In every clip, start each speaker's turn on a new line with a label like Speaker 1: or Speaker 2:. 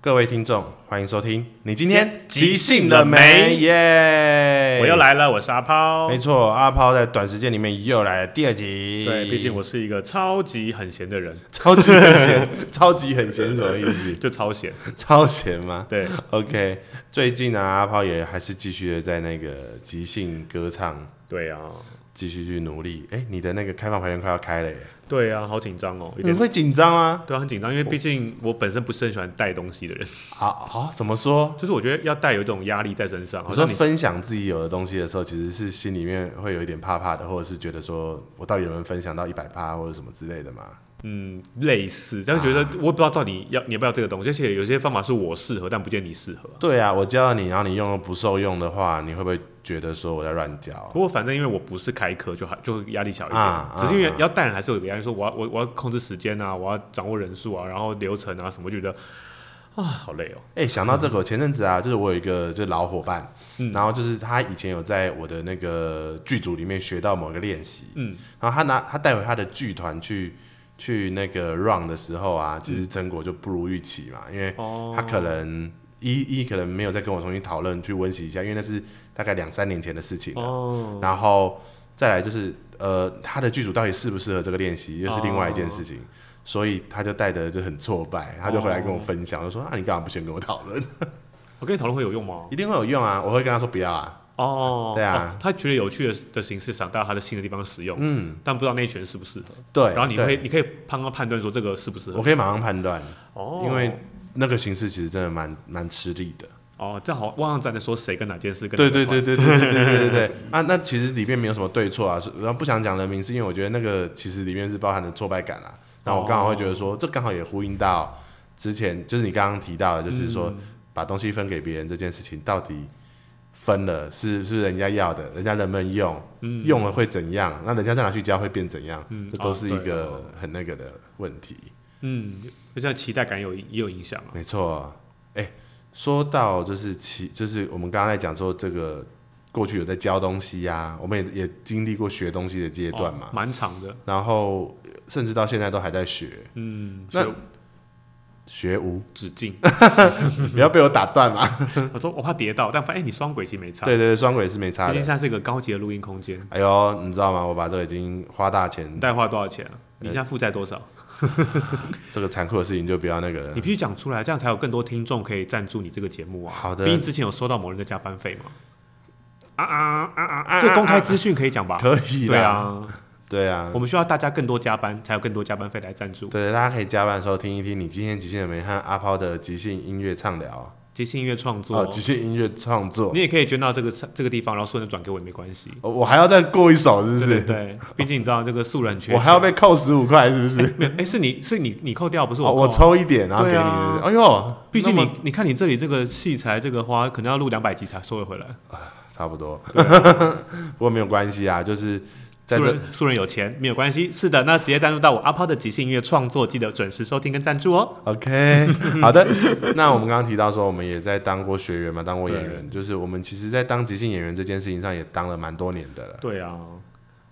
Speaker 1: 各位听众，欢迎收听。你今天
Speaker 2: 即
Speaker 1: 即
Speaker 2: 兴
Speaker 1: 兴
Speaker 2: 了
Speaker 1: 了
Speaker 2: 没
Speaker 1: 没？耶！
Speaker 2: 我又，来了，我是阿抛
Speaker 1: 哎没。错，阿抛在短时间里面又来了第二集。
Speaker 2: 对，毕竟我是一个超级很闲的人，
Speaker 1: 超级很 闲，超级很闲是什么意思？
Speaker 2: 就超闲。
Speaker 1: 超闲吗？
Speaker 2: 对，
Speaker 1: OK，最近呢、阿抛也还是继续的在那个即兴歌唱，
Speaker 2: 对啊，
Speaker 1: 继续去努力。哎、你的那个开放排练快要开了耶，
Speaker 2: 对啊，好紧张哦，有
Speaker 1: 你
Speaker 2: 点。
Speaker 1: 会紧张吗？
Speaker 2: 对啊，很紧张，因为毕竟我本身不是很喜欢带东西的人，
Speaker 1: 啊，好、怎么说？
Speaker 2: 就是我觉得要带有一种压力在身上，好
Speaker 1: 我说
Speaker 2: 像你
Speaker 1: 分享自己有的东西的时候，其实是心里面会有一点怕怕的，或者是觉得说我到底能不能分享到一百趴或者什么之类的嘛？
Speaker 2: 嗯类似，但是觉得我也不知道到底要你要不要这个东西，而且有些方法是我适合，但不见得你适合啊。
Speaker 1: 对啊，我教了你，然后你用了不受用的话，你会不会觉得说我在乱教？
Speaker 2: 不过反正因为我不是开课，就还就压力小一点，
Speaker 1: 啊
Speaker 2: 只是因为
Speaker 1: 啊
Speaker 2: 要带人还是有个压力，说我要我我要控制时间啊，我要掌握人数啊，然后流程啊什么，觉得啊好累哦。
Speaker 1: 哎、想到这个，我前阵子啊，就是我有一个就是老伙伴，
Speaker 2: 嗯
Speaker 1: 然后就是他以前有在我的那个剧组里面学到某个练习，
Speaker 2: 嗯
Speaker 1: 然后他拿他带回他的剧团去去那个 run 的时候啊，其实成果就不如预期嘛，因为
Speaker 2: 嗯哦
Speaker 1: 他可能一一可能没有再跟我重新讨论去温习一下，因为那是大概两三年前的事情了，
Speaker 2: 哦，
Speaker 1: 然后再来就是呃，他的剧组到底适不适合这个练习，又是另外一件事
Speaker 2: 哦
Speaker 1: 情。所以他就带的就很挫败，他就回来跟我分享，就说：“啊，你干嘛不先跟我讨论？
Speaker 2: 我跟你讨论会有用吗？
Speaker 1: 一定会有用啊！”我会跟他说：“不要啊。
Speaker 2: 哦，
Speaker 1: 对啊
Speaker 2: 哦他觉得有趣的的形式，想到他的新的地方使用，嗯，但不知道那一拳适不适合。”
Speaker 1: 对，
Speaker 2: 然后你
Speaker 1: 对
Speaker 2: 会，你可以帮他判断说这个适不适合
Speaker 1: 我。可以马上判断，
Speaker 2: 哦，
Speaker 1: 因为那个形式其实真的蛮蛮吃力的。
Speaker 2: 哦，这样好，忘了站在说谁跟哪件事跟
Speaker 1: 对
Speaker 2: 哪个
Speaker 1: 对对对对对对对对 对啊！那其实里面没有什么对错啊，是然后不想讲人名，是因为我觉得那个其实里面是包含的挫败感啦、然后我刚好会觉得说，这刚好也呼应到之前，就是你刚刚提到的，就是
Speaker 2: 嗯
Speaker 1: 说、把东西分给别人这件事情，到底分了是是人家要的，人家能不能用，
Speaker 2: 嗯
Speaker 1: 用了会怎样？那人家再拿去教会变怎样？这都
Speaker 2: 哦
Speaker 1: 是一
Speaker 2: 对
Speaker 1: 个很那个的问题。
Speaker 2: 嗯，就像期待感有也有影响啊。
Speaker 1: 没错，哎、说到就是其就是我们刚刚在讲说这个过去有在教东西呀、我们也也经历过学东西的阶段嘛
Speaker 2: 哦，蛮长的，
Speaker 1: 然后呃甚至到现在都还在学
Speaker 2: 嗯，
Speaker 1: 那
Speaker 2: 学
Speaker 1: 学无，
Speaker 2: 止 境。嗯
Speaker 1: 不要被我打断 嘛。
Speaker 2: 我说我怕跌倒，但发现、哎你双轨其实没差。
Speaker 1: 对对对，双轨是没差
Speaker 2: 毕竟
Speaker 1: 的
Speaker 2: 现。在是一个高级的录音空间。
Speaker 1: 哎呦，你知道吗？我把这个已经花大钱
Speaker 2: 你，贷花多少钱
Speaker 1: 呃
Speaker 2: 啊？你现在负债多少？
Speaker 1: 这个残酷的事情就不要那个了
Speaker 2: 你。必须讲出来，这样才有更多听众可以赞助你这个节目啊。
Speaker 1: 好的
Speaker 2: 毕竟之前有收到某人的加班费嘛。啊啊啊啊啊！这公开资讯可以讲吧？
Speaker 1: 可以
Speaker 2: 对
Speaker 1: 啦，
Speaker 2: 啊，
Speaker 1: 对啊
Speaker 2: 我，们需要大家更多加班，才有更多加班费来赞助。
Speaker 1: 对，大家可以加班的时候听一听你今天即兴的美和阿抛的即兴音乐畅聊
Speaker 2: 即兴音乐创作
Speaker 1: 哦，，即兴哦音乐创作
Speaker 2: 你。也可以捐到这个这个地方，然后顺着转给我也没关系。
Speaker 1: 哦我还要再过一首，是不是？
Speaker 2: 对对对，毕竟你知道这个素人缺 钱，
Speaker 1: 我还要被扣十五块，是不 是？
Speaker 2: 没有哎，是你是你你扣掉，不是
Speaker 1: 哦，
Speaker 2: 我
Speaker 1: 我
Speaker 2: 我。
Speaker 1: 抽一点，然后给你。
Speaker 2: 对啊
Speaker 1: 哎呦，
Speaker 2: 毕竟
Speaker 1: 那
Speaker 2: 你
Speaker 1: 么
Speaker 2: 你看你这里这个器材这个花，可能要录两百集才收得回来。
Speaker 1: 差不 多，
Speaker 2: 啊
Speaker 1: 不过没有关系啊，就是在
Speaker 2: 素
Speaker 1: 这
Speaker 2: 人素人有钱没有关系，是的，那直接赞助到我阿抛的即兴音乐创作，记得准时收听跟赞助哦。
Speaker 1: OK，好的。那我们刚刚提到说，我们也在当过学员嘛，当过演员，就是我们其实，在当即兴演员这件事情上也当了蛮多年的了。
Speaker 2: 对啊，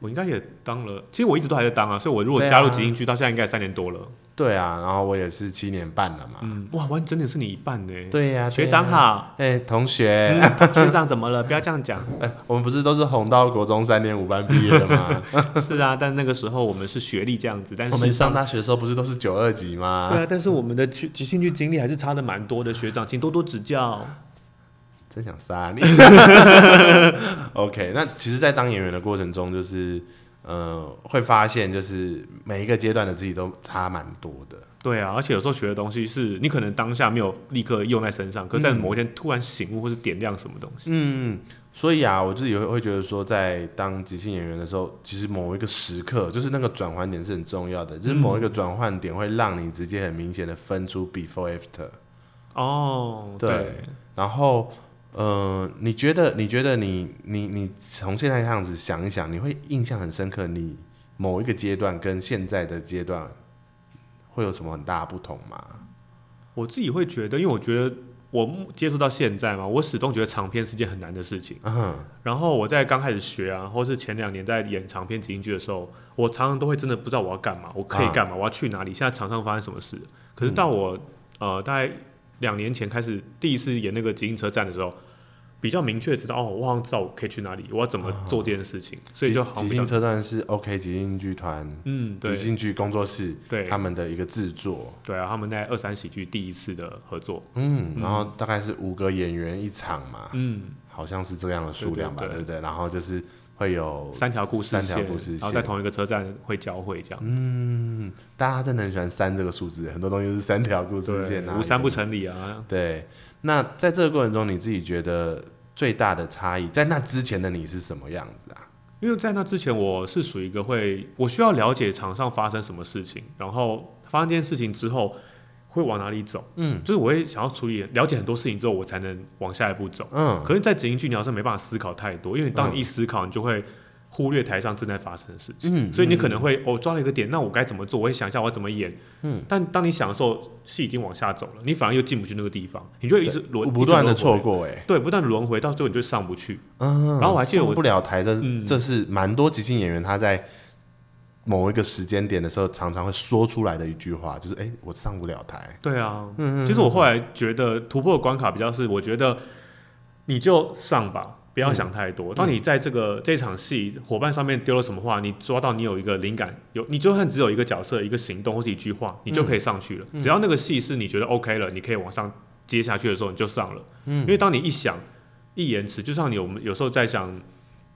Speaker 2: 我应该也当了，其实我一直都还在当啊，所以我如果
Speaker 1: 对啊
Speaker 2: 加入即兴剧到现在应该也三年多了。
Speaker 1: 对啊，然后我也是七年半了嘛。
Speaker 2: 嗯，哇，完真的是你一半呢。
Speaker 1: 对呀、对呀
Speaker 2: 学长。好，
Speaker 1: 哎、同学、 哎
Speaker 2: 嗯学长怎么了？不要这样 讲。
Speaker 1: 我们不是都是红到国中三年五班毕业的 吗？
Speaker 2: 是啊，但那个时候我们是学历这样子，但
Speaker 1: 我
Speaker 2: 是
Speaker 1: 们上大学的时候不是都是九二级吗？
Speaker 2: 对啊，但是我们的即即兴剧经历还是差的蛮多的，学长，请多多指教。
Speaker 1: 真想杀你。OK，那其实，在当演员的过程中，就是呃，会发现就是每一个阶段的自己都差蛮多的。
Speaker 2: 对啊，而且有时候学的东西是你可能当下没有立刻用在身上，可是在某一天突然醒悟或是点亮什么东西。
Speaker 1: 嗯，所以啊，我自己会会觉得说，在当即兴演员的时候，其实某一个时刻，就是那个转换点是很重要的，就是某一个转换点会让你直接很明显的分出 before after。
Speaker 2: 哦，
Speaker 1: 对然后，呃，你觉得你觉得你你你从现在这样子想一想，你会印象很深刻，你某一个阶段跟现在的阶段会有什么很大的不同吗？
Speaker 2: 我自己会觉得，因为我觉得我目接触到现在嘛，我始终觉得长篇是件很难的事情。
Speaker 1: 嗯，
Speaker 2: 然后我在刚开始学啊，或是前两年在演长篇即兴剧的时候，我常常都会真的不知
Speaker 1: 嗯
Speaker 2: 道我要干嘛，我可以干嘛，我要去哪里，现在场上发生什么事。可是到我、呃大概两年前开始第一次演那个集英车站的时候，比较明确知道哦，我好像知道我可以去哪里，我要怎么做这件事情，所以就好像
Speaker 1: 即
Speaker 2: 比较
Speaker 1: 兴车站是 OK 即兴剧团、
Speaker 2: 嗯，对
Speaker 1: 即兴剧工作室
Speaker 2: 对
Speaker 1: 他们的一个制作，
Speaker 2: 对啊，他们在二三喜剧第一次的合作，
Speaker 1: 嗯，然后大概是五个演员一场嘛，
Speaker 2: 嗯，
Speaker 1: 好像是这样的数量吧，
Speaker 2: 对对
Speaker 1: 对不对？然后就是会有
Speaker 2: 三条故事
Speaker 1: 三
Speaker 2: 线，
Speaker 1: 条故事
Speaker 2: 然后在
Speaker 1: 线。
Speaker 2: 同一个车站会交汇这样，
Speaker 1: 嗯，大家真的很喜欢三这个数字，很多东西都是三条故事线啊，
Speaker 2: 无三不成理啊。
Speaker 1: 对，那在这个过程中，你自己觉得最大的差异，在那之前的你是什么样子啊？
Speaker 2: 因为在那之前，我是属于一个会，我需要了解场上发生什么事情，然后发生这件事情之后会往哪里走，
Speaker 1: 嗯
Speaker 2: 就是我会想要处理了解很多事情之后，我才能往下一步走。
Speaker 1: 嗯，
Speaker 2: 可是，在即兴剧，你好像没办法思考太多，因为你当你一思考，你就会忽略台上正在发生的事情。
Speaker 1: 嗯
Speaker 2: 所以你可能会哦抓了一个点，那我该怎么做？我会想一下我要怎么演。
Speaker 1: 嗯，
Speaker 2: 但当你想的时候，戏已经往下走了，你反而又进不去那个地方，你就会一直轮
Speaker 1: 不断的错，
Speaker 2: 一直轮回
Speaker 1: 过哎、欸
Speaker 2: 对，不断地轮回，到最后你就上不去。
Speaker 1: 嗯，
Speaker 2: 然后我还记得我
Speaker 1: 上不了台这、
Speaker 2: 嗯
Speaker 1: 这是蛮多即兴演员他在某一个时间点的时候，常常会说出来的一句话，就是哎、欸我上不了台。
Speaker 2: 对啊，
Speaker 1: 嗯
Speaker 2: 其实我后来觉得突破的关卡比较是，我觉得你就上吧，不要
Speaker 1: 嗯
Speaker 2: 想太多。当你在这个这场戏伙伴上面丢了什么话，你抓到你有一个灵感，有你就算只有一个角色、一个行动或是一句话，你就可以上去
Speaker 1: 嗯
Speaker 2: 了。只要那个戏是你觉得 OK 了，你可以往上接下去的时候，你就上了。嗯，因为当你一想一延迟，就像你我们有时候在想。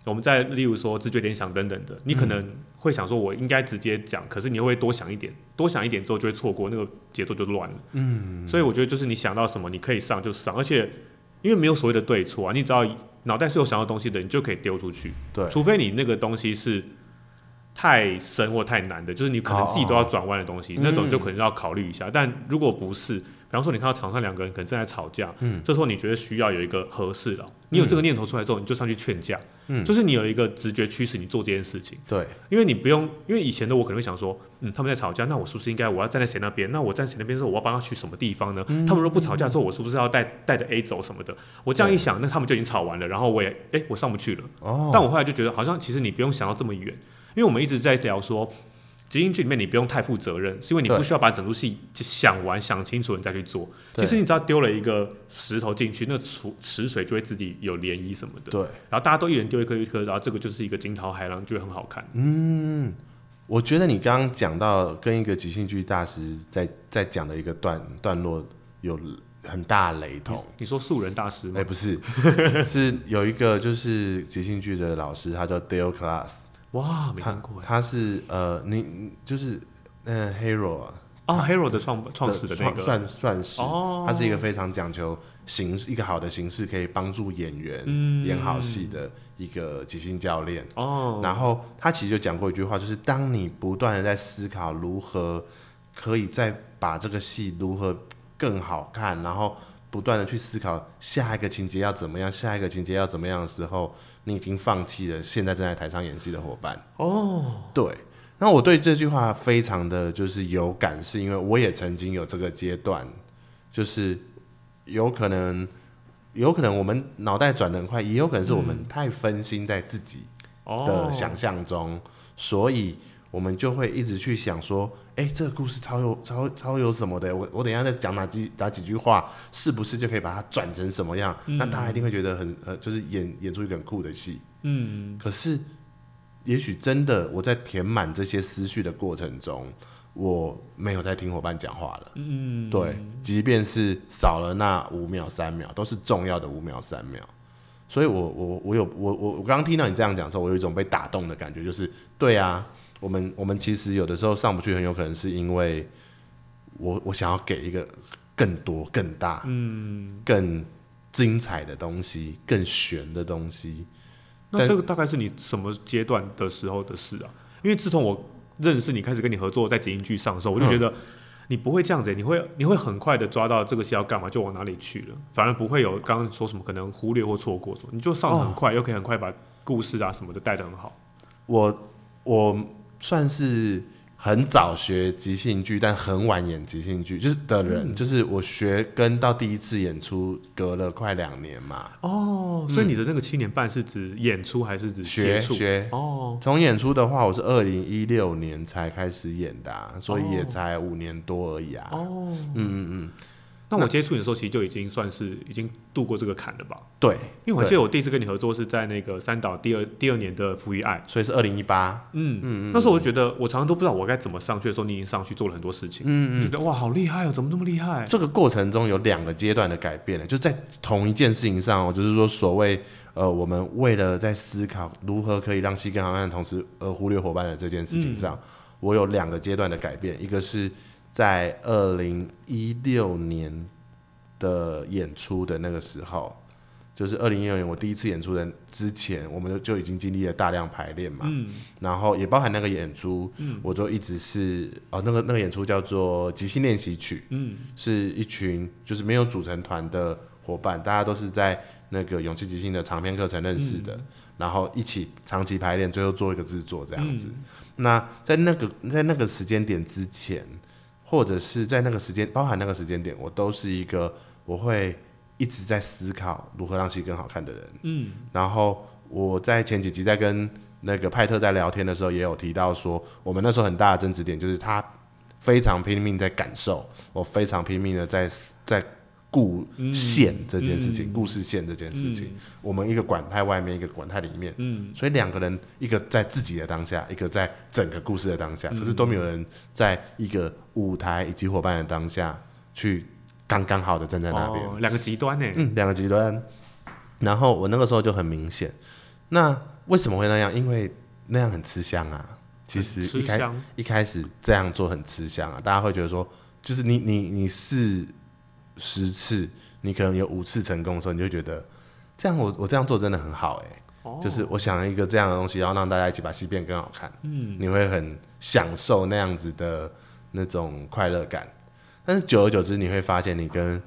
Speaker 2: 我们在例如说自觉联想等等的，你可能会想说，我应该直接讲，可是你又会多想一点，多想一点之后就会错过，那个节奏就乱了。
Speaker 1: 嗯
Speaker 2: 所以我觉得就是你想到什么，你可以上就上，而且因为没有所谓的对错啊，你只要脑袋是有想到东西的，你就可以丢出去，
Speaker 1: 对，
Speaker 2: 除非你那个东西是太深或太难的，就是你可能自己都要转弯的东西，
Speaker 1: 哦
Speaker 2: 那
Speaker 1: 嗯
Speaker 2: 种就可能要考虑一下。但如果不是，比方说你看到场上两个人可能正在吵架，嗯，这时候你觉得需要有一个合适的，你有这个念头出来之后，你就上去劝架，
Speaker 1: 嗯
Speaker 2: 就是你有一个直觉驱使你做这件事情。
Speaker 1: 对，
Speaker 2: 因为你不用，因为以前的我可能会想说，嗯，他们在吵架，那我是不是应该我要站在谁那边？那我站谁那边之后，我要帮他去什么地方呢？
Speaker 1: 嗯
Speaker 2: 他们如果不吵架之后，我是不是要带带着 A 走什么的？我这样一想，那他们就已经吵完了，然后我也，哎、我上不去了。
Speaker 1: 哦，
Speaker 2: 但我后来就觉得，好像其实你不用想到这么远，因为我们一直在聊说，即兴剧里面你不用太负责任，是因为你
Speaker 1: 对
Speaker 2: 不需要把整出戏想完、想清楚，你再去做。
Speaker 1: 对
Speaker 2: 其实你只要丢了一个石头进去，那池池水就会自己有涟漪什么的。
Speaker 1: 对，
Speaker 2: 然后大家都一人丢一颗一颗，然后这个就是一个惊涛骇浪，就会很好看。
Speaker 1: 我觉得你刚刚讲到跟一个即兴剧大师在在讲的一个段段落有很大雷同。
Speaker 2: 你说素人大师
Speaker 1: 哎、
Speaker 2: 吗？
Speaker 1: 不是，是有一个就是即兴剧的老师，他叫 Dale Class，
Speaker 2: 哇，没
Speaker 1: 他
Speaker 2: 看过哎。
Speaker 1: 他是呃，你就是嗯、呃、，Hero 啊
Speaker 2: 哦，Hero 的创创始的那
Speaker 1: 算
Speaker 2: 个，
Speaker 1: 算算是，
Speaker 2: 哦
Speaker 1: 他是一个非常讲求形式，一个好的形式可以帮助演员
Speaker 2: 嗯
Speaker 1: 演好戏的一个即兴教练。
Speaker 2: 哦，
Speaker 1: 然后他其实就讲过一句话，就是当你不断的在思考如何可以再把这个戏如何更好看，然后不断的去思考下一个情节要怎么样，下一个情节要怎么样的时候，你已经放弃了现在正在台上演戏的伙伴。
Speaker 2: 哦，
Speaker 1: 对，那我对这句话非常的就是有感，是因为我也曾经有这个阶段，就是有可能。有可能我们脑袋转得很快，也有可能是我们太分心在自己
Speaker 2: 哦，
Speaker 1: 的想象中，所以我们就会一直去想说，哎、这个故事超有超超有什么的，我我等一下再讲哪几哪几句话，是不是就可以把它转成什么样？那大家一定会觉得很呃，就是演演出一个很酷的戏。
Speaker 2: 嗯，
Speaker 1: 可是，也许真的我在填满这些思绪的过程中，我没有在听伙伴讲话了。
Speaker 2: 嗯，
Speaker 1: 对，即便是少了那五秒三秒，都是重要的五秒三秒。所以我我我有我我我刚刚听到你这样讲的时候，我有一种被打动的感觉，就是对啊，我们我们其实有的时候上不去，很有可能是因为我我想要给一个更多、更大、嗯、更精彩的东西、更悬的东西。
Speaker 2: 那
Speaker 1: 但
Speaker 2: 这个大概是你什么阶段的时候的事啊？因为自从我认识你，开始跟你合作在剪映剧上的时候，我就觉
Speaker 1: 嗯
Speaker 2: 得你不会这样子欸、你会你会很快的抓到这个戏要干嘛，就往哪里去了，反而不会有刚刚说什么可能忽略或错过什么，你就上得很
Speaker 1: 哦
Speaker 2: 快，又可以很快把故事啊什么的带得很好。
Speaker 1: 我我算是很早学即兴剧，但很晚演即兴剧，就是的
Speaker 2: 嗯
Speaker 1: 人，就是我学跟到第一次演出隔了快两年嘛，
Speaker 2: 哦，所以你的那个七年半是指演出还是指
Speaker 1: 学
Speaker 2: 接触？
Speaker 1: 嗯学。
Speaker 2: 哦，
Speaker 1: 从演出的话，我是二零一六年才开始演的啊、所以也
Speaker 2: 哦
Speaker 1: 才五年多而已啊。
Speaker 2: 哦，
Speaker 1: 嗯嗯嗯。
Speaker 2: 那我接触你的时候，其实就已经算是已经度过这个坎了吧？
Speaker 1: 对，
Speaker 2: 因为我
Speaker 1: 对
Speaker 2: 记得我第一次跟你合作是在那个三岛第二第二年的《福与爱》，
Speaker 1: 所以是二零一八，
Speaker 2: 嗯嗯，那时候我就觉得我常常都不知道我该怎么上去的时候，你已经上去做了很多事情，嗯嗯，觉得哇好厉害哦，怎么那么厉害？
Speaker 1: 这个过程中有两个阶段的改变呢，就在同一件事情上、哦，就是说所谓呃，我们为了在思考如何可以让西根航岸的同时而忽略伙伴的这件事情上，我有两个阶段的改变，一个是在二零一六年的演出的那个时候。就是二零一六年我第一次演出的之前，我们就就已经经历了大量排练嘛，
Speaker 2: 嗯
Speaker 1: 然后也包含那个演出，我就一直是哦，那个那个演出叫做即兴练习曲，
Speaker 2: 嗯，
Speaker 1: 是一群就是没有组成团的伙伴，大家都是在那个勇气即兴的长篇课程认识的，然后一起长期排练，最后做一个制作这样子。那在那个在那个时间点之前，或者是在那个时间包含那个时间点，我都是一个我会一直在思考如何让戏更好看的人。
Speaker 2: 嗯，
Speaker 1: 然后我在前几集在跟那个派特在聊天的时候，也有提到说，我们那时候很大的争执点就是他非常拼命在感受，我非常拼命的在在顾线这件事情，故事线这件事情，我们一个管太外面，一个管太里面，嗯，所以两个人一个在自己的当下，一个在整个故事的当下，可是都没有人在一个舞台以及伙伴的当下去刚刚好的站在那边。
Speaker 2: 哦，两个极端呢，
Speaker 1: 嗯，两个极端。然后我那个时候就很明显，那为什么会那样？因为那样很吃香啊。其实
Speaker 2: 吃
Speaker 1: 一开
Speaker 2: 香，啊
Speaker 1: 一开始这样做很吃香啊，大家会觉得说，就是你你你试十次，你可能有五次成功的时候，你就觉得这样我我这样做真的很好哎、
Speaker 2: 哦
Speaker 1: 就是我想一个这样的东西，然后让大家一起把戏变更好看，嗯，你会很享受那样子的那种快乐感。但是久而久之，你会发现你跟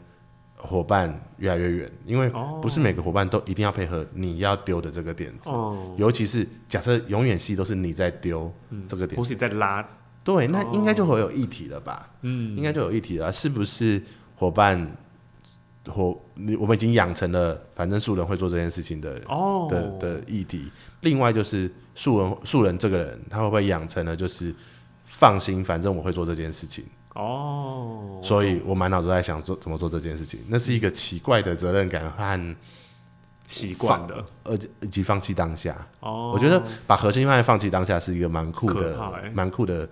Speaker 1: 伙伴越来越远，因为
Speaker 2: 哦
Speaker 1: 不是每个伙伴都一定要配合你要丢的这个点子，
Speaker 2: 哦，嗯
Speaker 1: 尤其是假设永远戏都是你在丢这个点子
Speaker 2: 不是你在拉，
Speaker 1: 对，那应该就会有议题了吧？
Speaker 2: 哦嗯，
Speaker 1: 应该就有议题了，是不是？伙伴，伙，你我们已经养成了，反正素人会做这件事情的、
Speaker 2: 哦
Speaker 1: 的的议题。另外就是素人，素人这个人，他会不会养成了就是放心，反正我会做这件事情，
Speaker 2: 哦，
Speaker 1: 所以我满脑子都在想做怎么做这件事情，那是一个奇怪的责任感和
Speaker 2: 习惯了，
Speaker 1: 呃以及放弃当下。
Speaker 2: 哦，
Speaker 1: 我觉得把核心放在放弃当下是一个蛮酷
Speaker 2: 可
Speaker 1: 的
Speaker 2: 怕欸、
Speaker 1: 蛮、酷的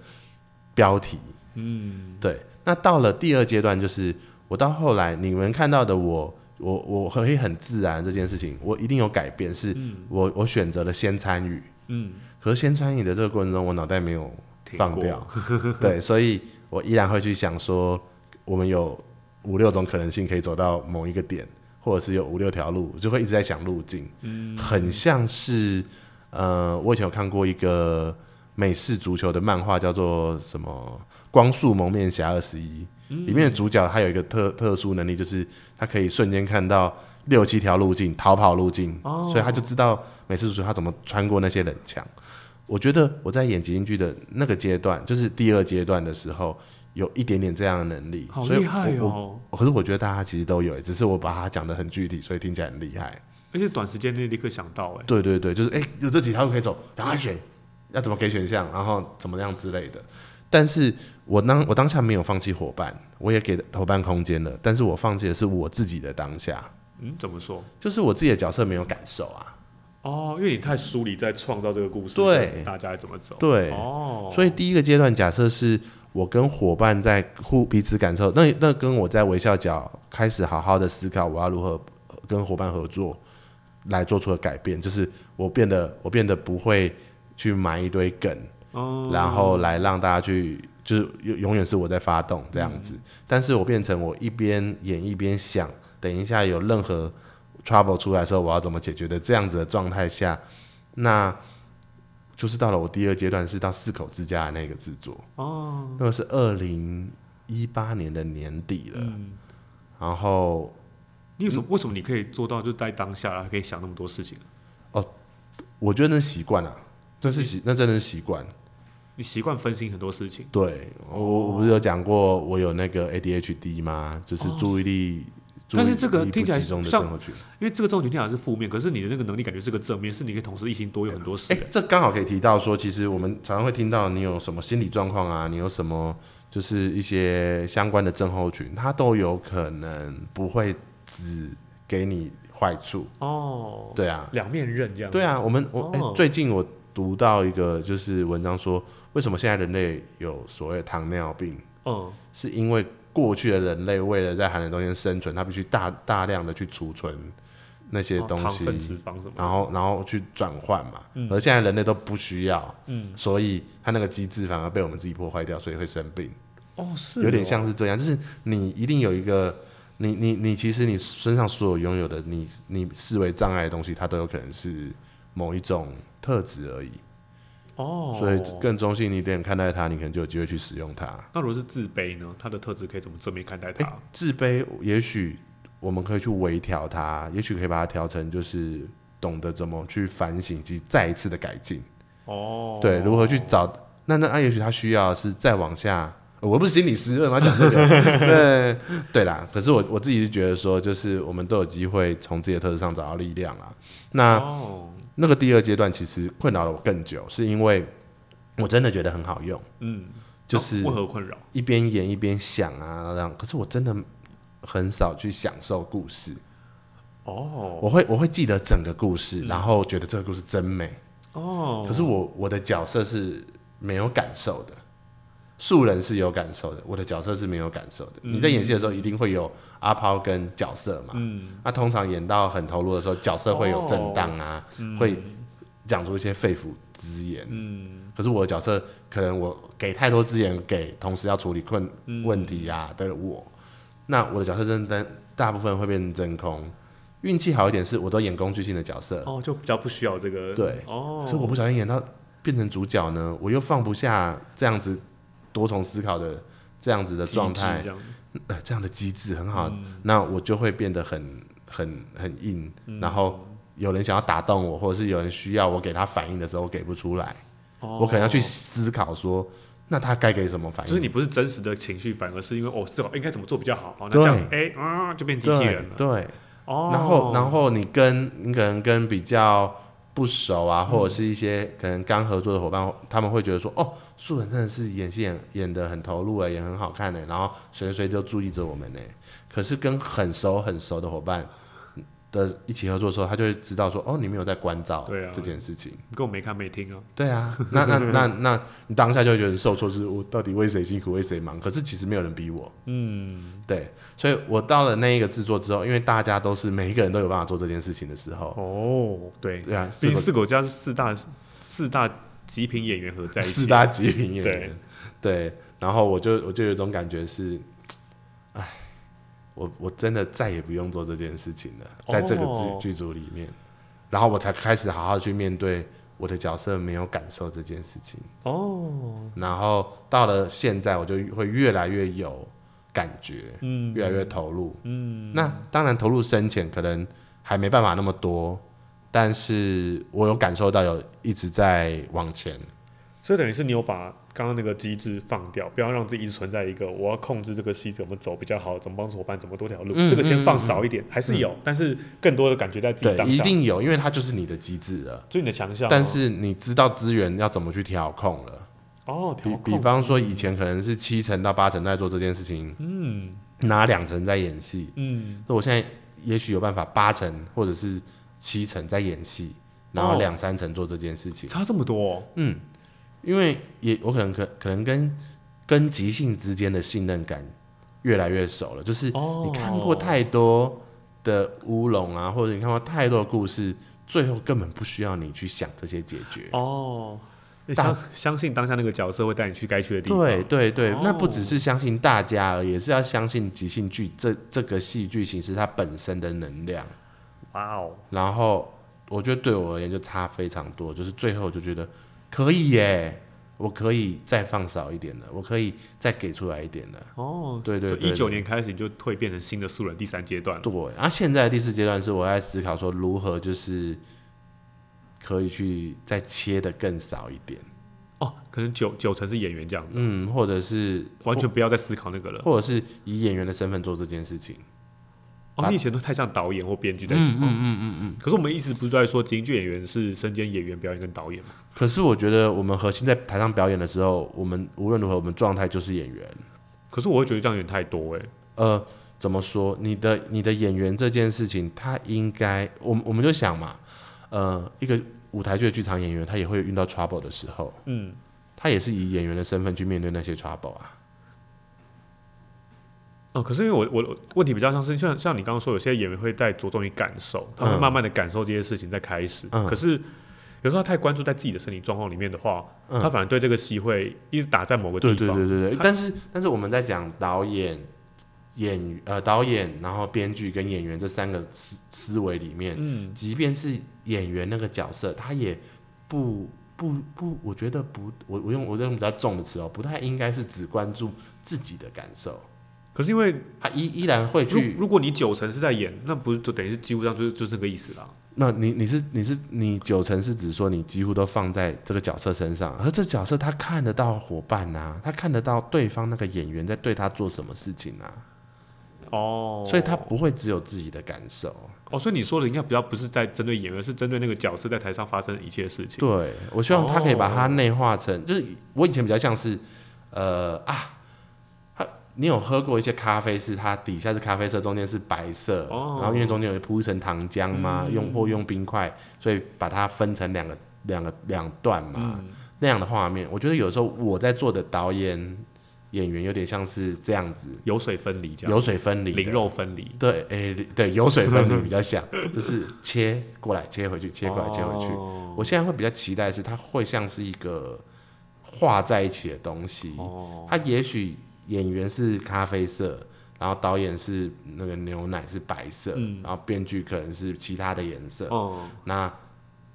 Speaker 1: 标题。嗯，对。那到了第二阶段，就是我到后来你们看到的我，我我可以很自然这件事情，我一定有改变，是我、我选择了先参与。
Speaker 2: 嗯，
Speaker 1: 可是先参与的这个过程中，我脑袋没有
Speaker 2: 挺
Speaker 1: 放
Speaker 2: 过
Speaker 1: 掉， 对，所以我依然会去想说，我们有五六种可能性可以走到某一个点，或者是有五六条路，我就会一直在想路径，嗯，很像是呃，我以前有看过一个美式足球的漫画，叫做什么《光速蒙面侠二十一》，里面的主角他有一个特特殊能力，就是他可以瞬间看到。六七条路径，逃跑路径，
Speaker 2: 哦
Speaker 1: 所以他就知道美式足球他怎么穿过那些人墙。我觉得我在演即兴剧的那个阶段，就是第二阶段的时候，有一点点这样的能力，
Speaker 2: 好
Speaker 1: 所以
Speaker 2: 厉害
Speaker 1: 我。
Speaker 2: 哦，
Speaker 1: 我可是我觉得大家其实都有，只是我把它讲的很具体，所以听起来很厉害。
Speaker 2: 而且短时间内立刻想到，哎，
Speaker 1: 对对对，就是哎、有这几条路可以走，赶快选，要怎么给选项，然后怎么样之类的。但是我当我当下没有放弃伙伴，我也给伙伴空间了，但是我放弃的是我自己的当下，
Speaker 2: 嗯，怎么说？
Speaker 1: 就是我自己的角色没有感受啊。
Speaker 2: 哦，因为你太梳理在创造这个故事，
Speaker 1: 对
Speaker 2: 跟大家怎么走，
Speaker 1: 对，
Speaker 2: 哦，
Speaker 1: 所以第一个阶段，假设是我跟伙伴在互彼此感受，那那跟我在微笑角开始好好的思考我要如何呃跟伙伴合作，来做出的改变，就是我变得我变得不会去埋一堆梗，
Speaker 2: 哦
Speaker 1: 然后来让大家去，就是永永远是我在发动这样子，但是我变成我一边演一边想，等一下有任何 trouble 出来的时候，我要怎么解决的这样子的状态下，那就是到了我第二阶段是到四口之家的那个制作，
Speaker 2: 哦，
Speaker 1: 那个是二零一八年的年底了，
Speaker 2: 嗯
Speaker 1: 然后
Speaker 2: 你有什么？
Speaker 1: 嗯
Speaker 2: 为什么你可以做到就在当下，然后可以想那么多事情？
Speaker 1: 我觉得那是习惯了，啊那是习，那真的是习惯。
Speaker 2: 你习惯分心很多事情，
Speaker 1: 对我，我不是有讲过我有那个 ADHD 吗？就是注意力注
Speaker 2: 哦但是
Speaker 1: 意
Speaker 2: 这个
Speaker 1: 力不
Speaker 2: 听起来
Speaker 1: 集中的
Speaker 2: 像
Speaker 1: 症候群。
Speaker 2: 因为这个重点听起来是负面，可是你的那个能力感觉是个正面，是你可以同时一心多用很多事、
Speaker 1: 哎、这刚好可以提到说，其实我们常常会听到你有什么心理状况啊，你有什么就是一些相关的症候群，它都有可能不会只给你坏处。
Speaker 2: 哦，
Speaker 1: 对啊，
Speaker 2: 两面刃这样。
Speaker 1: 对，啊，我们我、哎
Speaker 2: 哦
Speaker 1: 最近我读到一个就是文章说，为什么现在人类有所谓的糖尿病，
Speaker 2: 嗯，
Speaker 1: 是因为过去的人类为了在寒冷冬天生存，他必须大大量的去储存那些
Speaker 2: 哦
Speaker 1: 东
Speaker 2: 糖
Speaker 1: 西，
Speaker 2: 分、脂肪什么的。
Speaker 1: 然后然后去转换嘛。
Speaker 2: 嗯
Speaker 1: 而现在人类都不需要，嗯，所以它那个机制反而被我们自己破坏掉，所以会生病，
Speaker 2: 哦，是
Speaker 1: 有点
Speaker 2: 哦
Speaker 1: 像是这样，就是你一定有一个。你你你，其实你身上所有拥有的，你你视为障碍的东西，它都有可能是某一种特质而已。
Speaker 2: 哦，
Speaker 1: 所以更中性一点看待它，你可能就有机会去使用它。
Speaker 2: 那如果是自卑呢？他的特质可以怎么正面看待他？
Speaker 1: 自卑，也许我们可以去微调它，也许可以把它调成就是懂得怎么去反省及再一次的改进。
Speaker 2: 哦，
Speaker 1: 对，如何去找？那那那、也许他需要的是再往下。呃我不是心理师，为什么要讲这个？ 对对啦，可是我我自己是觉得说，就是我们都有机会从自己的特质上找到力量啦。那
Speaker 2: 哦，
Speaker 1: 那个第二阶段其实困扰了我更久，是因为我真的觉得很好用，
Speaker 2: 嗯，
Speaker 1: 就是
Speaker 2: 哦为何困扰？
Speaker 1: 一边演一边想啊，这样。可是我真的很少去享受故事，
Speaker 2: 哦
Speaker 1: 我会我会记得整个故
Speaker 2: 嗯
Speaker 1: 事，然后觉得这个故事真美。
Speaker 2: 哦，
Speaker 1: 可是我我的角色是没有感受的，素人是有感受的，我的角色是没有感受的。你在演戏的时候一定会有阿抛跟角色嘛，
Speaker 2: 嗯，
Speaker 1: 那通常演到很投入的时候，角色会有震荡啊，
Speaker 2: 哦
Speaker 1: 会讲出一些肺腑之言。
Speaker 2: 嗯，
Speaker 1: 可是我的角色可能我给太多资源给同时要处理困
Speaker 2: 嗯
Speaker 1: 问题啊的我，那我的角色真的大部分会变成真空。运气好一点是我都演工具性的角色，
Speaker 2: 哦，就比较不需要这个，
Speaker 1: 对
Speaker 2: 哦，
Speaker 1: 所以我不小心演到变成主角呢，我又放不下这样子多重思考的这样子的
Speaker 2: 机
Speaker 1: 状
Speaker 2: 制
Speaker 1: 态
Speaker 2: 这，样嗯子，
Speaker 1: 呃这样的机制很好，那我就会变得很很很硬，
Speaker 2: 嗯
Speaker 1: 然后。有人想要打动我，或者是有人需要我给他反应的时候，我给不出来，我
Speaker 2: 我
Speaker 1: 可能要去思考说，那他该给什么反应？
Speaker 2: 哦就是你不是真实的情绪，反而是因为哦，思考应该怎么做比较好，好，那这样子，哎啊，就变机器人了。
Speaker 1: 对，对
Speaker 2: 哦，
Speaker 1: 然后然后你跟你可能跟比较不熟啊，或者是一些可能刚合作的伙伴，他们会觉得说，哦，素人真的是演戏演演的很投入哎、也很好看哎、然后随时随地都注意着我们哎、可是跟很熟很熟的伙伴。的一起合作的时候，他就会知道说，哦，你们有在关照
Speaker 2: 对啊
Speaker 1: 这件事情，
Speaker 2: 你跟我没看没听啊，
Speaker 1: 对啊，那那那那，你当下就会觉得很受挫，就是我到底为谁辛苦为谁忙？可是其实没有人逼我，
Speaker 2: 嗯，
Speaker 1: 对，所以我到了那一个制作之后，因为大家都是每一个人都有办法做这件事情的时候，
Speaker 2: 哦，对，
Speaker 1: 对啊，
Speaker 2: 毕
Speaker 1: 四
Speaker 2: 竟
Speaker 1: 个
Speaker 2: 四狗家是四大四大极品演员合在一起，啊
Speaker 1: 四大极品演员，对，然后我就我就有一种感觉是，唉，我我真的再也不用做这件事情了，在这个剧、
Speaker 2: 哦
Speaker 1: 剧组里面，然后我才开始好好去面对我的角色没有感受这件事情，
Speaker 2: 哦，
Speaker 1: 然后到了现在，我就会越来越有感觉，
Speaker 2: 嗯
Speaker 1: 越来越投入。嗯，那当然投入深浅可能还没办法那么多，但是我有感受到有一直在往前。
Speaker 2: 所以等于是你有把刚刚那个机制放掉，不要让自己一直存在一个我要控制这个戏怎么走比较好，怎么帮助伙伴，怎么多条路，
Speaker 1: 嗯
Speaker 2: 这个先放少一点，还是有，但是更多的感觉在自己
Speaker 1: 对
Speaker 2: 当，
Speaker 1: 一
Speaker 2: 下，
Speaker 1: 定有，因为它就是你的机制了。
Speaker 2: 就你的强项啊。
Speaker 1: 但是你知道资源要怎么去调控了。
Speaker 2: 哦，调
Speaker 1: 比
Speaker 2: 控
Speaker 1: 比方说，以前可能是七成到八成在做这件事情，
Speaker 2: 嗯
Speaker 1: 拿两成在演戏，
Speaker 2: 嗯，
Speaker 1: 那我现在也许有办法八成或者是七成在演戏，然后
Speaker 2: 哦
Speaker 1: 两三成做这件事情，
Speaker 2: 差这么多哦、
Speaker 1: 因为也我可能可可能跟跟即兴之间的信任感越来越熟了，就是
Speaker 2: 哦
Speaker 1: 你看过太多的乌龙啊，或者你看过太多的故事，最后根本不需要你去想这些解决。
Speaker 2: 哦，你
Speaker 1: 大
Speaker 2: 相相信当下那个角色会带你去该去的地方。
Speaker 1: 对对对，
Speaker 2: 哦
Speaker 1: 那不只是相信大家而已，也是要相信即兴剧这这个戏剧形式它本身的能量。
Speaker 2: 哇哦，
Speaker 1: 然后我觉得对我而言就差非常多，就是最后就觉得可以耶，我可以再放少一点了，我可以再给出来一点了。
Speaker 2: 哦，
Speaker 1: 对对对
Speaker 2: 一
Speaker 1: 对哦
Speaker 2: 九年开始你就蜕变成新的素人第三阶段了。
Speaker 1: 对，然后现在的第四阶段是我在思考说如何就是可以去再切的更少一点，
Speaker 2: 哦，可能九九成是演员这样子，
Speaker 1: 嗯，哦或者是
Speaker 2: 完全不要再思考那个了。
Speaker 1: 或者是以演员的身份做这件事情，
Speaker 2: 哦，你以前都太像导演或编剧在写
Speaker 3: 嗯
Speaker 2: 话。
Speaker 3: 嗯嗯嗯嗯。
Speaker 2: 可是我们一直不是在说京剧演员是身兼演员、表演跟导演嘛？
Speaker 1: 可是我觉得我们核心在台上表演的时候，我们无论如何，我们状态就是演员。
Speaker 2: 可是我会觉得这样有点太多哎、
Speaker 1: 呃，怎么说？你的你的演员这件事情，他应该，我们我们就想嘛，呃，一个舞台剧的剧场演员，他也会遇到 trouble 的时候，
Speaker 2: 嗯，
Speaker 1: 他也是以演员的身份去面对那些 trouble 啊。
Speaker 2: 哦，可是因为我我我问题比较像是像像你刚刚说，有些演员会在着重于感受，他会
Speaker 1: 嗯
Speaker 2: 慢慢的感受这些事情在开始。
Speaker 1: 嗯
Speaker 2: 可是有时候他太关注在自己的身体状况里面的话，
Speaker 1: 嗯
Speaker 2: 他反而对这个戏会一直打在某个地
Speaker 1: 对
Speaker 2: 方。
Speaker 1: 对对对对。
Speaker 2: 他
Speaker 1: 但是但是我们在讲导演、演呃导演，然后编剧跟演员这三个思思维里面，
Speaker 2: 嗯，
Speaker 1: 即便是演员那个角色，他也不不不，我觉得不，我我用我用比较重的词哦，不太应该是只关注自己的感受，
Speaker 2: 可是因为
Speaker 1: 他依依然会
Speaker 2: 如
Speaker 1: 去。
Speaker 2: 如果你九成是在演，那不是就等于是几乎上就是就是那个意思啦。
Speaker 1: 那你你是你是你九成是指说你几乎都放在这个角色身上，而这角色他看得到伙伴呐、他看得到对方那个演员在对他做什么事情啊，
Speaker 2: 哦，
Speaker 1: 所以他不会只有自己的感受。
Speaker 2: 哦，所以你说的应该比较不是在针对演员，是针对那个角色在台上发生的一切事情。
Speaker 1: 对，我希望他可以把它
Speaker 2: 哦
Speaker 1: 内化成，就是我以前比较像是，呃啊，他你有喝过一些咖啡，是它底下是咖啡色，中间是白色，
Speaker 2: 哦嗯
Speaker 1: 然后因为中间有铺一层糖浆嘛，用或用冰块，所以把它分成两个两个两段嘛，
Speaker 2: 嗯
Speaker 1: 那样的画面，我觉得有时候我在做的导演演员有点像是这样子，
Speaker 2: 油水分离这样，
Speaker 1: 油水分离的，
Speaker 2: 灵肉分离。
Speaker 1: 对，诶、对，油水分离比较 像，就是切过来，切回去，切过来，切回去。
Speaker 2: 哦
Speaker 1: 我现在会比较期待的是，它会像是一个画在一起的东西。
Speaker 2: 哦
Speaker 1: 它也许演员是咖啡色，然后导演是那个牛奶是白色，
Speaker 2: 嗯
Speaker 1: 然后编剧可能是其他的颜色。
Speaker 2: 哦，
Speaker 1: 那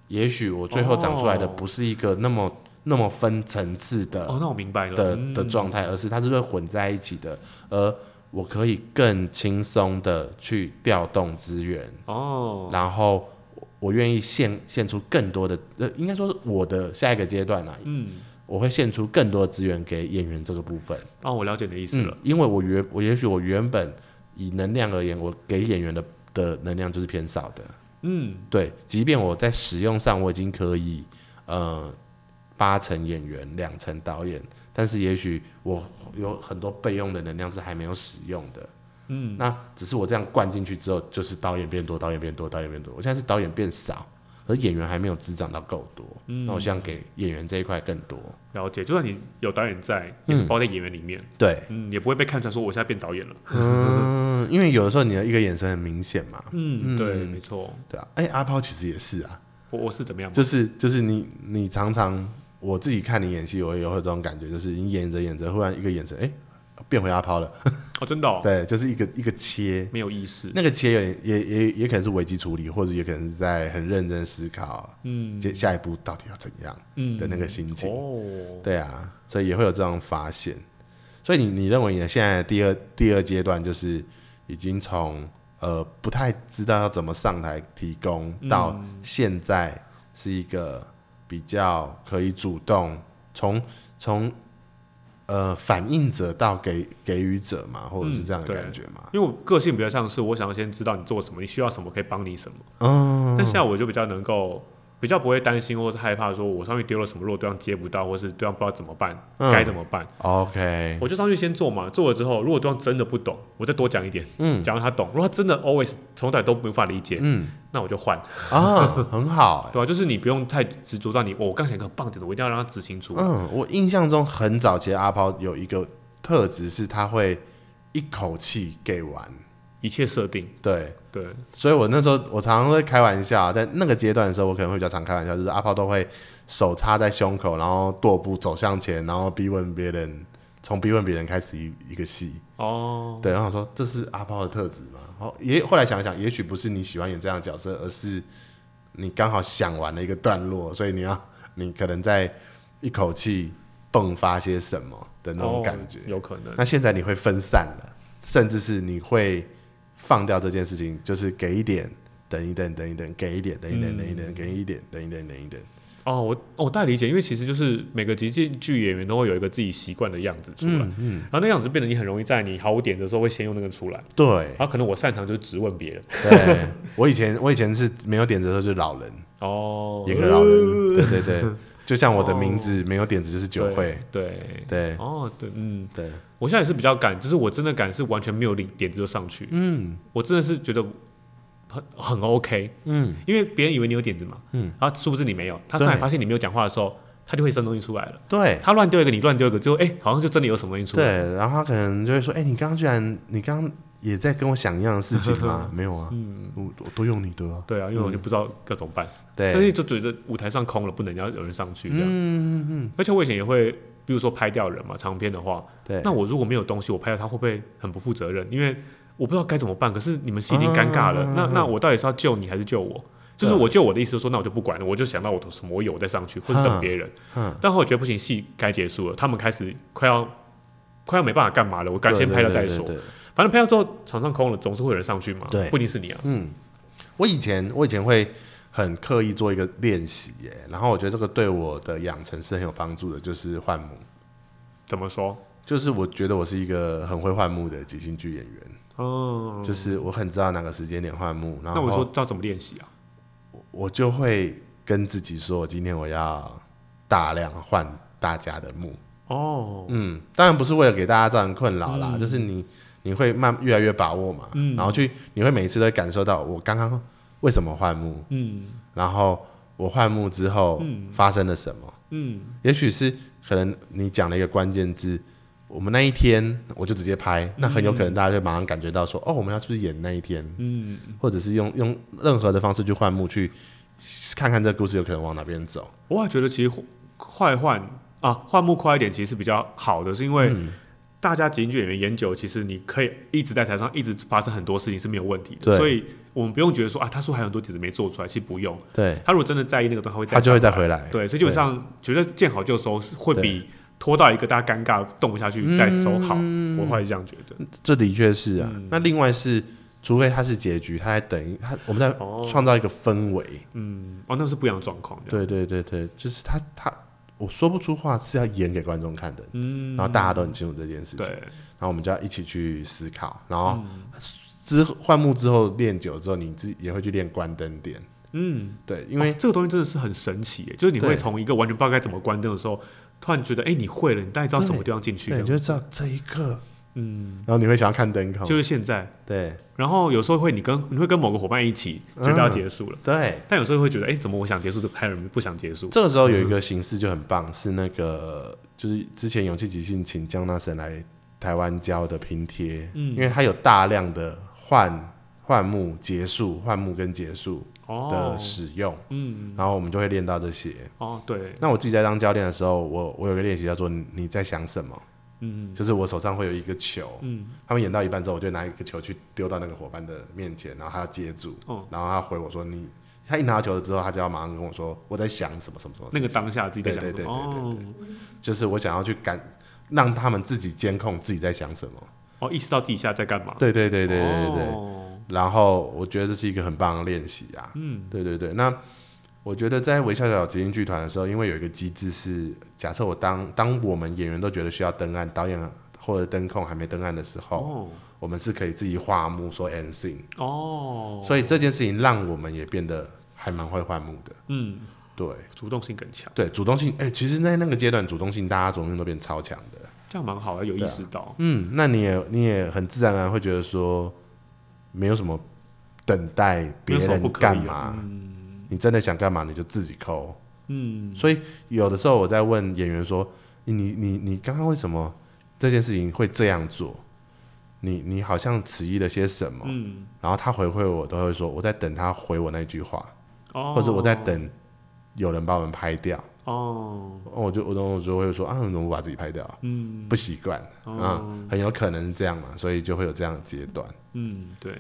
Speaker 1: 也许我最后长出来的
Speaker 2: 哦
Speaker 1: 不是一个那么、那么分层次的
Speaker 2: 哦，那我明白了
Speaker 1: 的
Speaker 2: 嗯
Speaker 1: 的状态，而是它是会混在一起的，而我可以更轻松的去调动资源，
Speaker 2: 哦，
Speaker 1: 然后我我愿意献献出更多的，呃，应该说是我的下一个阶段啦，
Speaker 2: 嗯，
Speaker 1: 我会献出更多的资源给演员这个部分，
Speaker 2: 哦，我了解你的意思
Speaker 1: 嗯
Speaker 2: 了。，
Speaker 1: 因为我原我也许我原本以能量而言，我给演员的的能量就是偏少的，
Speaker 2: 嗯，
Speaker 1: 对，即便我在使用上我已经可以，呃，八成演员，两成导演，但是也许我有很多备用的能量是还没有使用的。嗯，那只是我这样灌进去之后，就是导演变多，导演变多，导演变多。我现在是导演变少，而演员还没有滋长到够多。那我希望给演员这一块更多。
Speaker 2: 了解。就算你有导演在，
Speaker 1: 嗯
Speaker 2: 也是包在演员里面，
Speaker 1: 对，
Speaker 2: 嗯，也不会被看出来说我现在变导演了。
Speaker 1: 嗯，因为有的时候你的一个眼神很明显嘛，
Speaker 2: 嗯，对，没错。
Speaker 1: 对啊。哎、阿抛其实也是啊，
Speaker 2: 我我是怎么样吗？
Speaker 1: 就是就是你你常常我自己看你演戏，我也有这种感觉，就是你演着演着，忽然一个眼神，哎、变回阿抛了，
Speaker 2: 哦，真的哦，
Speaker 1: 对，就是一个一个切，
Speaker 2: 没有意识。
Speaker 1: 那个切有点也也也可能是危机处理，或者也可能是在很认真思考，
Speaker 2: 嗯
Speaker 1: 接下一步到底要怎样
Speaker 2: 嗯
Speaker 1: 的那个心情，
Speaker 2: 哦，
Speaker 1: 对啊，所以也会有这种发现。所以你你认为你的现在的第二第二阶段就是已经从呃不太知道要怎么上台提供，到现在是一个比较可以主动从从呃反应者到给给予者嘛，或者是这样的
Speaker 2: 嗯对
Speaker 1: 感觉嘛？
Speaker 2: 因为我个性比较像是我想要先知道你做什么，你需要什么，可以帮你什么。
Speaker 1: 嗯，
Speaker 2: 但现在我就比较能够，比较不会担心或是害怕，说我上面丢了什么，如果对方接不到，或是对方不知道怎么办，
Speaker 1: 嗯
Speaker 2: 该怎么办，
Speaker 1: OK，
Speaker 2: 我就上去先做嘛。做了之后，如果对方真的不懂，我再多讲一点，
Speaker 1: 嗯
Speaker 2: 讲让他懂。如果他真的 always 从来都无法理解，
Speaker 1: 嗯
Speaker 2: 那我就换，
Speaker 1: 啊，很好、欸。
Speaker 2: 对吧、就是你不用太执着到你，哦我刚想一个棒点的，我一定要让他执行出来。
Speaker 1: 嗯，我印象中很早期的阿抛有一个特质是他会一口气给完，
Speaker 2: 一切设定，
Speaker 1: 对，
Speaker 2: 对，
Speaker 1: 所以我那时候我常常会开玩笑啊，在那个阶段的时候，我可能会比较常开玩笑，就是阿炮都会手插在胸口，然后跺步走向前，然后逼问别人，从逼问别人开始一一个戏。
Speaker 2: 哦，
Speaker 1: 对，然后我说这是阿炮的特质嘛？然后也后来想想，也许不是你喜欢演这样的角色，而是你刚好想完了一个段落，所以你要你可能在一口气迸发些什么的那种
Speaker 2: 哦
Speaker 1: 感觉。
Speaker 2: 有可能。
Speaker 1: 那现在你会分散了，甚至是你会放掉这件事情，就是给一点，等一等，等一等，给一点，等一等，等一等，给一点，等一等，等一等。
Speaker 2: 哦，我哦我大概理解，因为其实就是每个即兴剧演员都会有一个自己习惯的样子出来，
Speaker 1: 嗯嗯，
Speaker 2: 然后那样子变得你很容易在你毫无点子的时候会先用那个出来，
Speaker 1: 对
Speaker 2: 然后可能我擅长就是直问别人，
Speaker 1: 对，我以前我以前是没有点子的时候就是老人，
Speaker 2: 哦，
Speaker 1: 演个老人，对对对，就像我的名字没有点子就是酒会，
Speaker 2: 对，
Speaker 1: 对
Speaker 2: 哦对，嗯，
Speaker 1: 对，
Speaker 2: 我现在也是比较赶，就是我真的赶是完全没有领点子就上去，
Speaker 1: 嗯
Speaker 2: 我真的是觉得很很 OK，
Speaker 1: 嗯，
Speaker 2: 因为别人以为你有点子嘛，
Speaker 1: 嗯，
Speaker 2: 然后殊不知你没有，他上来
Speaker 1: 对
Speaker 2: 发现你没有讲话的时候，他就会生东西出来了，
Speaker 1: 对
Speaker 2: 他乱丢一个你乱丢一个，最后哎、好像就真的有什么东西出来，
Speaker 1: 对，然后他可能就会说，哎，你刚刚居然你刚刚也在跟我想一样的事情吗？没有啊，我我都用你的啊，
Speaker 2: 对啊，因为我就不知道该怎么办，但
Speaker 1: 对，
Speaker 2: 是就觉得舞台上空了，不能要有人上去这样，
Speaker 1: 嗯嗯嗯，
Speaker 2: 而且我以前也会。比如说拍掉人嘛，长篇的话，
Speaker 1: 对，
Speaker 2: 那我如果没有东西，我拍到他会不会很不负责任？因为我不知道该怎么办。可是你们已经尴尬了，
Speaker 1: 啊
Speaker 2: 那那我到底是要救你还是救我？就是
Speaker 1: 对
Speaker 2: 我救我的意思，就是说那我就不管了，我就想到我什么我有我再上去，或是等别人。
Speaker 1: 嗯
Speaker 2: 但后来觉得不行，戏该结束了，他们开始快要快要没办法干嘛了，我赶先
Speaker 1: 对
Speaker 2: 拍到
Speaker 1: 对
Speaker 2: 再
Speaker 1: 对
Speaker 2: 说。
Speaker 1: 对对
Speaker 2: 反正拍到之后场上空了，总是会有人上去嘛，
Speaker 1: 对
Speaker 2: 不一定是你啊。
Speaker 1: 嗯，我以前我以前会很刻意做一个练习耶，然后我觉得这个对我的养成是很有帮助的，就是换幕，
Speaker 2: 怎么说？
Speaker 1: 就是我觉得我是一个很会换幕的即兴剧演员，
Speaker 2: 哦，
Speaker 1: 就是我很知道哪个时间点换幕，然
Speaker 2: 那我
Speaker 1: 后
Speaker 2: 说要怎么练习啊？
Speaker 1: 我就会跟自己说，今天我要大量换大家的幕，
Speaker 2: 哦，
Speaker 1: 嗯，当然不是为了给大家造成困扰
Speaker 2: 嗯
Speaker 1: 啦，就是你你会慢越来越把握嘛，然后去你会每一次都会感受到我刚刚为什么换幕，
Speaker 2: 嗯
Speaker 1: 然后我换幕之后发生了什么？
Speaker 2: 嗯，
Speaker 1: 也许是可能你讲了一个关键字，我们那一天我就直接拍，那很有可能大家就马上感觉到说，哦，我们要是不是演那一天？
Speaker 2: 嗯，
Speaker 1: 或者是用用任何的方式去换幕，去看看这个故事有可能往哪边走。
Speaker 2: 我还觉得其实快换啊，换幕快一点其实是比较好的，是因为
Speaker 1: 嗯
Speaker 2: 大家即兴剧演员研究，其实你可以一直在台上一直发生很多事情是没有问题的，
Speaker 1: 对
Speaker 2: 所以我们不用觉得说啊，他说还有很多点子没做出来，其实不用。
Speaker 1: 对，
Speaker 2: 他如果真的在意那个东西，他会再
Speaker 1: 他就会再
Speaker 2: 上
Speaker 1: 回来。
Speaker 2: 对，所以基本上觉得见好就收是会
Speaker 1: 对
Speaker 2: 比拖到一个大家尴尬动不下去再收好，
Speaker 1: 嗯
Speaker 2: 我会这样觉得。
Speaker 1: 这的确是啊。那另外是，除非他是结局，他在等于他，我们在
Speaker 2: 哦
Speaker 1: 创造一个氛围。
Speaker 2: 嗯，哦，那是不一样的状况。这样，
Speaker 1: 对对对对，就是他他我说不出话是要演给观众看的，
Speaker 2: 嗯
Speaker 1: 然后大家都很清楚这件事情，
Speaker 2: 对，
Speaker 1: 然后我们就要一起去思考，然后之后换幕之后练久之后，你自己也会去练关灯点，
Speaker 2: 嗯。
Speaker 1: 对，因为、
Speaker 2: 哦这个东西真的是很神奇耶，就是你会
Speaker 1: 对
Speaker 2: 从一个完全不知道该怎么关灯的时候，突然觉得，哎、你会了，你大概知道什么地方进去
Speaker 1: 对，
Speaker 2: 了
Speaker 1: 你，就知道这一刻，
Speaker 2: 嗯，
Speaker 1: 然后你会想要看灯孔，
Speaker 2: 就是现在。
Speaker 1: 对
Speaker 2: 然后有时候会你跟你会跟某个伙伴一起觉得要结束了，
Speaker 1: 对。
Speaker 2: 但有时候会觉得，哎、怎么我想结束的，还有人不想结束？
Speaker 1: 这个时候有一个形式就很棒，是那个就是之前勇气即兴请江纳森来台湾教的拼贴，
Speaker 2: 嗯
Speaker 1: 因为它有大量的换换幕结束、换幕跟结束，
Speaker 2: 哦
Speaker 1: 的，使用，
Speaker 2: 嗯，
Speaker 1: 然后我们就会练到这些。
Speaker 2: 哦，对，
Speaker 1: 那我自己在当教练的时候，我我有个练习叫做“你在想什么
Speaker 2: 嗯”，
Speaker 1: 就是我手上会有一个球，
Speaker 2: 嗯，
Speaker 1: 他们演到一半之后，我就拿一个球去丢到那个伙伴的面前，然后他要接住，
Speaker 2: 哦
Speaker 1: 然后他回我说你，他一拿到球了之后，他就要马上跟我说我在想什么什么什么，
Speaker 2: 哦那个当下自己在想什么？
Speaker 1: 对对对
Speaker 2: 哦
Speaker 1: 对，就是我想要去感让他们自己监控自己在想什么。
Speaker 2: 哦，意识到自己现在在干嘛？
Speaker 1: 对对对对对对对。
Speaker 2: 哦
Speaker 1: 然后我觉得这是一个很棒的练习啊。嗯，对对对。那我觉得在微笑小即兴剧团的时候，因为有一个机制是，假设我当当我们演员都觉得需要登岸，导演或者灯控还没登岸的时候，
Speaker 2: 哦
Speaker 1: 我们是可以自己画幕说 and sing，、
Speaker 2: 哦，
Speaker 1: 所以这件事情让我们也变得还蛮会画幕的。
Speaker 2: 嗯，
Speaker 1: 对
Speaker 2: 主动性更强，
Speaker 1: 对，主动性，哎、其实，在那个阶段，主动性大家主动性都变超强的。
Speaker 2: 这样蛮好的，啊有意识到。
Speaker 1: 嗯，那你也你也很自然而然会觉得说，没有什么等待别
Speaker 2: 没有什么不
Speaker 1: 人
Speaker 2: 可以啊
Speaker 1: 干嘛，嗯你真的想干嘛你就自己抠。
Speaker 2: 嗯，
Speaker 1: 所以有的时候我在问演员说，你你你你刚刚为什么这件事情会这样做？你你好像迟疑了些什么？
Speaker 2: 嗯，
Speaker 1: 然后他回馈我都会说，我在等他回我那句话，
Speaker 2: 哦，
Speaker 1: 或者我在等有人把我们拍掉。
Speaker 2: 哦，
Speaker 1: 我就我都我就会说啊，你怎么不把自己拍掉啊？
Speaker 2: 嗯。
Speaker 1: 不习惯啊，很有可能是这样嘛，所以就会有这样的阶段。
Speaker 2: 嗯，对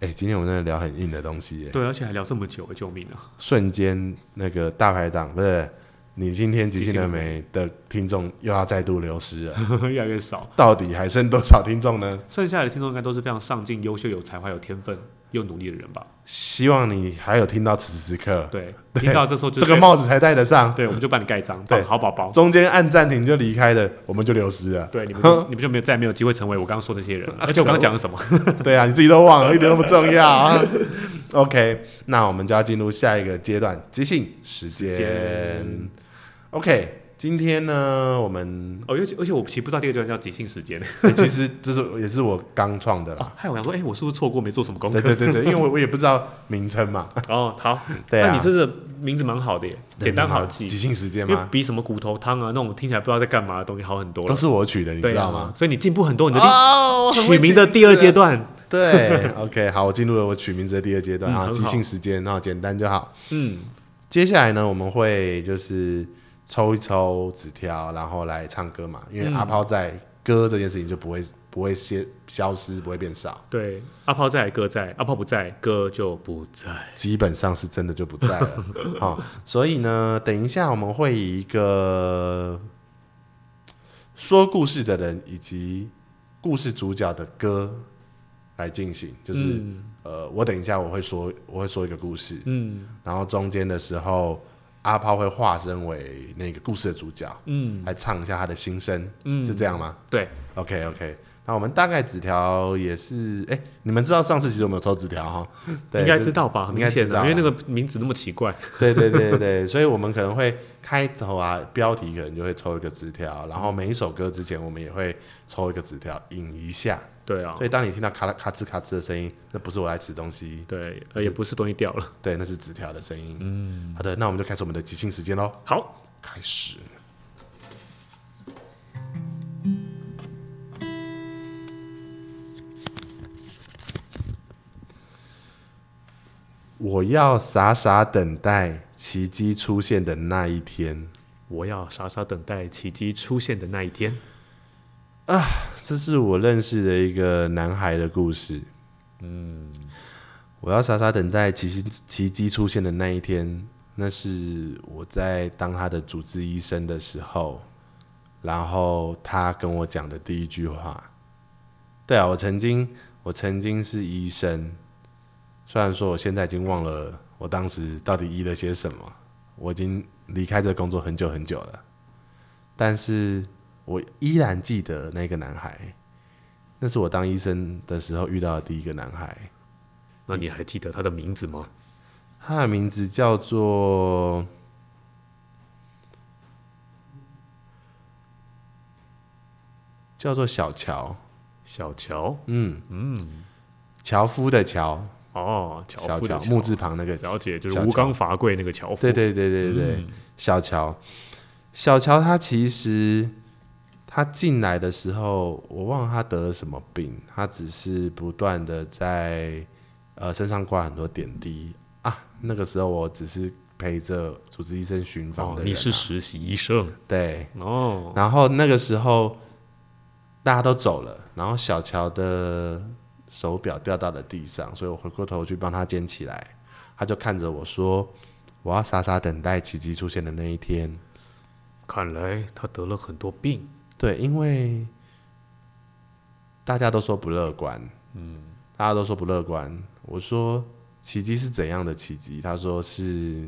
Speaker 1: 哎、今天我们真的聊很硬的东西耶，
Speaker 2: 对，而且还聊这么久，救命啊！
Speaker 1: 瞬间那个大排档不是你今天即兴了没的听众又要再度流失 了，
Speaker 2: 越来越少。
Speaker 1: 到底还剩多少听众呢？
Speaker 2: 剩下的听众应该都是非常上进、优秀、有才华、有天分又努力的人吧？
Speaker 1: 希望你还有听到此时此刻，
Speaker 2: 对，听到这时候就
Speaker 1: 这个
Speaker 2: 对
Speaker 1: 帽子才戴得上，
Speaker 2: 对，我们就帮你盖章，
Speaker 1: 对
Speaker 2: 放好宝宝。
Speaker 1: 中间按暂停就离开了，我们就流失了。
Speaker 2: 对，你们就你们就没有再也没有机会成为我刚刚说的这些人了。而且我刚刚讲了什 么？
Speaker 1: 对啊，你自己都忘了，一点都不重要 啊。OK，那我们就要进入下一个阶段，即兴时
Speaker 2: 时间
Speaker 1: 间。OK，今天呢，我们、
Speaker 2: 哦，而且而且我其实不知道第二阶段叫即兴时 间。
Speaker 1: 欸其实这是也是我刚创的啦。
Speaker 2: 哦，害我想说，哎，我是不是错过没做什么功
Speaker 1: 对
Speaker 2: 课？
Speaker 1: 对对对，因为我我也不知道名称嘛。
Speaker 2: 哦，好，
Speaker 1: 对啊
Speaker 2: 那你这个名字蛮好的耶，简单好 记，
Speaker 1: 即兴时间
Speaker 2: 因为
Speaker 1: 吗？
Speaker 2: 比什么骨头汤啊那种听起来不知道在干嘛的东西好很多
Speaker 1: 都
Speaker 2: 了。
Speaker 1: 是我取的，你
Speaker 2: 对
Speaker 1: 知
Speaker 2: 啊
Speaker 1: 道吗？
Speaker 2: 所以你进步很多，你的
Speaker 1: 哦
Speaker 2: 取名的第二阶。段，
Speaker 1: 我很会取名字对啊，OK，好，我进入了我取名字的第二阶段
Speaker 2: 嗯
Speaker 1: 啊，
Speaker 2: 很
Speaker 1: 即
Speaker 2: 好
Speaker 1: 兴时间啊，简单就好。
Speaker 2: 嗯，
Speaker 1: 接下来呢，我们会就是抽一抽纸条，然后来唱歌嘛，
Speaker 2: 嗯
Speaker 1: 因为阿抛在歌这件事情就不会不会消消失，不会变少，
Speaker 2: 对，阿炮在，哥在，阿炮不在，哥就不在。
Speaker 1: 基本上是真的就不在 了。好、所以呢，等一下我们会以一个说故事的人以及故事主角的歌来进行，就是、
Speaker 2: 嗯
Speaker 1: 呃，我等一下我会说我会说一个故事，
Speaker 2: 嗯
Speaker 1: 然后中间的时候，阿抛会化身为那个故事的主角。
Speaker 2: 嗯，
Speaker 1: 来唱一下他的心声，
Speaker 2: 嗯
Speaker 1: 是这样吗
Speaker 2: 对，
Speaker 1: ？OK OK，那我们大概纸条也是，哎、你们知道上次其实我们有抽纸条哈，对，
Speaker 2: 应该
Speaker 1: 就
Speaker 2: 知道吧？很
Speaker 1: 应
Speaker 2: 明
Speaker 1: 该
Speaker 2: 显
Speaker 1: 知
Speaker 2: 的，
Speaker 1: 道
Speaker 2: 因为那
Speaker 1: 啊
Speaker 2: 个名字那么 奇怪。
Speaker 1: 对对对对对，所以我们可能会开头啊，标题可能就会抽一个纸条，然后每一首歌之前我们也会抽一个纸条引一下，
Speaker 2: 对啊
Speaker 1: 所，以当你听到咔啦咔吱咔吱的声音，那不是我在吃东西，
Speaker 2: 对，呃也不是东西掉了。
Speaker 1: 对，那是纸条的声音。嗯，好的，那我们就开始我们的即兴时间喽。
Speaker 2: 好，
Speaker 1: 开始。我要傻傻等待奇迹出现的那一天，
Speaker 2: 我要傻傻等待奇迹出现的那一天。
Speaker 1: 这是我认识的一个男孩的故事。嗯，我要傻傻等待奇迹奇迹出现的那一天，那是我在当他的主治医生的时候，然后他跟我讲的第一句话。对啊，我曾经我曾经是医生，虽然说我现在已经忘了我当时到底医了些什么，我已经离开这个工作很久很久了，但是。我依然记得那个男孩，那是我当医生的时候遇到的第一个男孩，
Speaker 2: 那你还记得他的名字吗？
Speaker 1: 他的名字叫做叫做小乔，
Speaker 2: 小乔，
Speaker 1: 嗯樵夫的樵，
Speaker 2: 哦，
Speaker 1: 小
Speaker 2: 乔夫的
Speaker 1: 乔
Speaker 2: 乔，
Speaker 1: 木字旁那个
Speaker 2: 了解，就是
Speaker 1: 小
Speaker 2: 吴
Speaker 1: 乔
Speaker 2: 刚伐桂那个樵夫。
Speaker 1: 对对对对
Speaker 2: 嗯
Speaker 1: 对，小乔，小乔他其实他进来的时候，我忘了他得了什么病，他只是不断的在呃身上挂很多点滴啊。那个时候我只是陪着主治医生巡访
Speaker 2: 哦
Speaker 1: 的人啊、
Speaker 2: 你是实习医生
Speaker 1: 对，
Speaker 2: 哦，
Speaker 1: 然后那个时候大家都走了，然后小乔的手表掉到了地上，所以我回过头去帮他捡起来。他就看着我说：“我要傻傻等待奇迹出现的那一天。
Speaker 2: 看来他得了很多病。”
Speaker 1: 对，因为大家都说不乐观，嗯，大家都说不乐观。我说奇迹是怎样的奇迹？他说是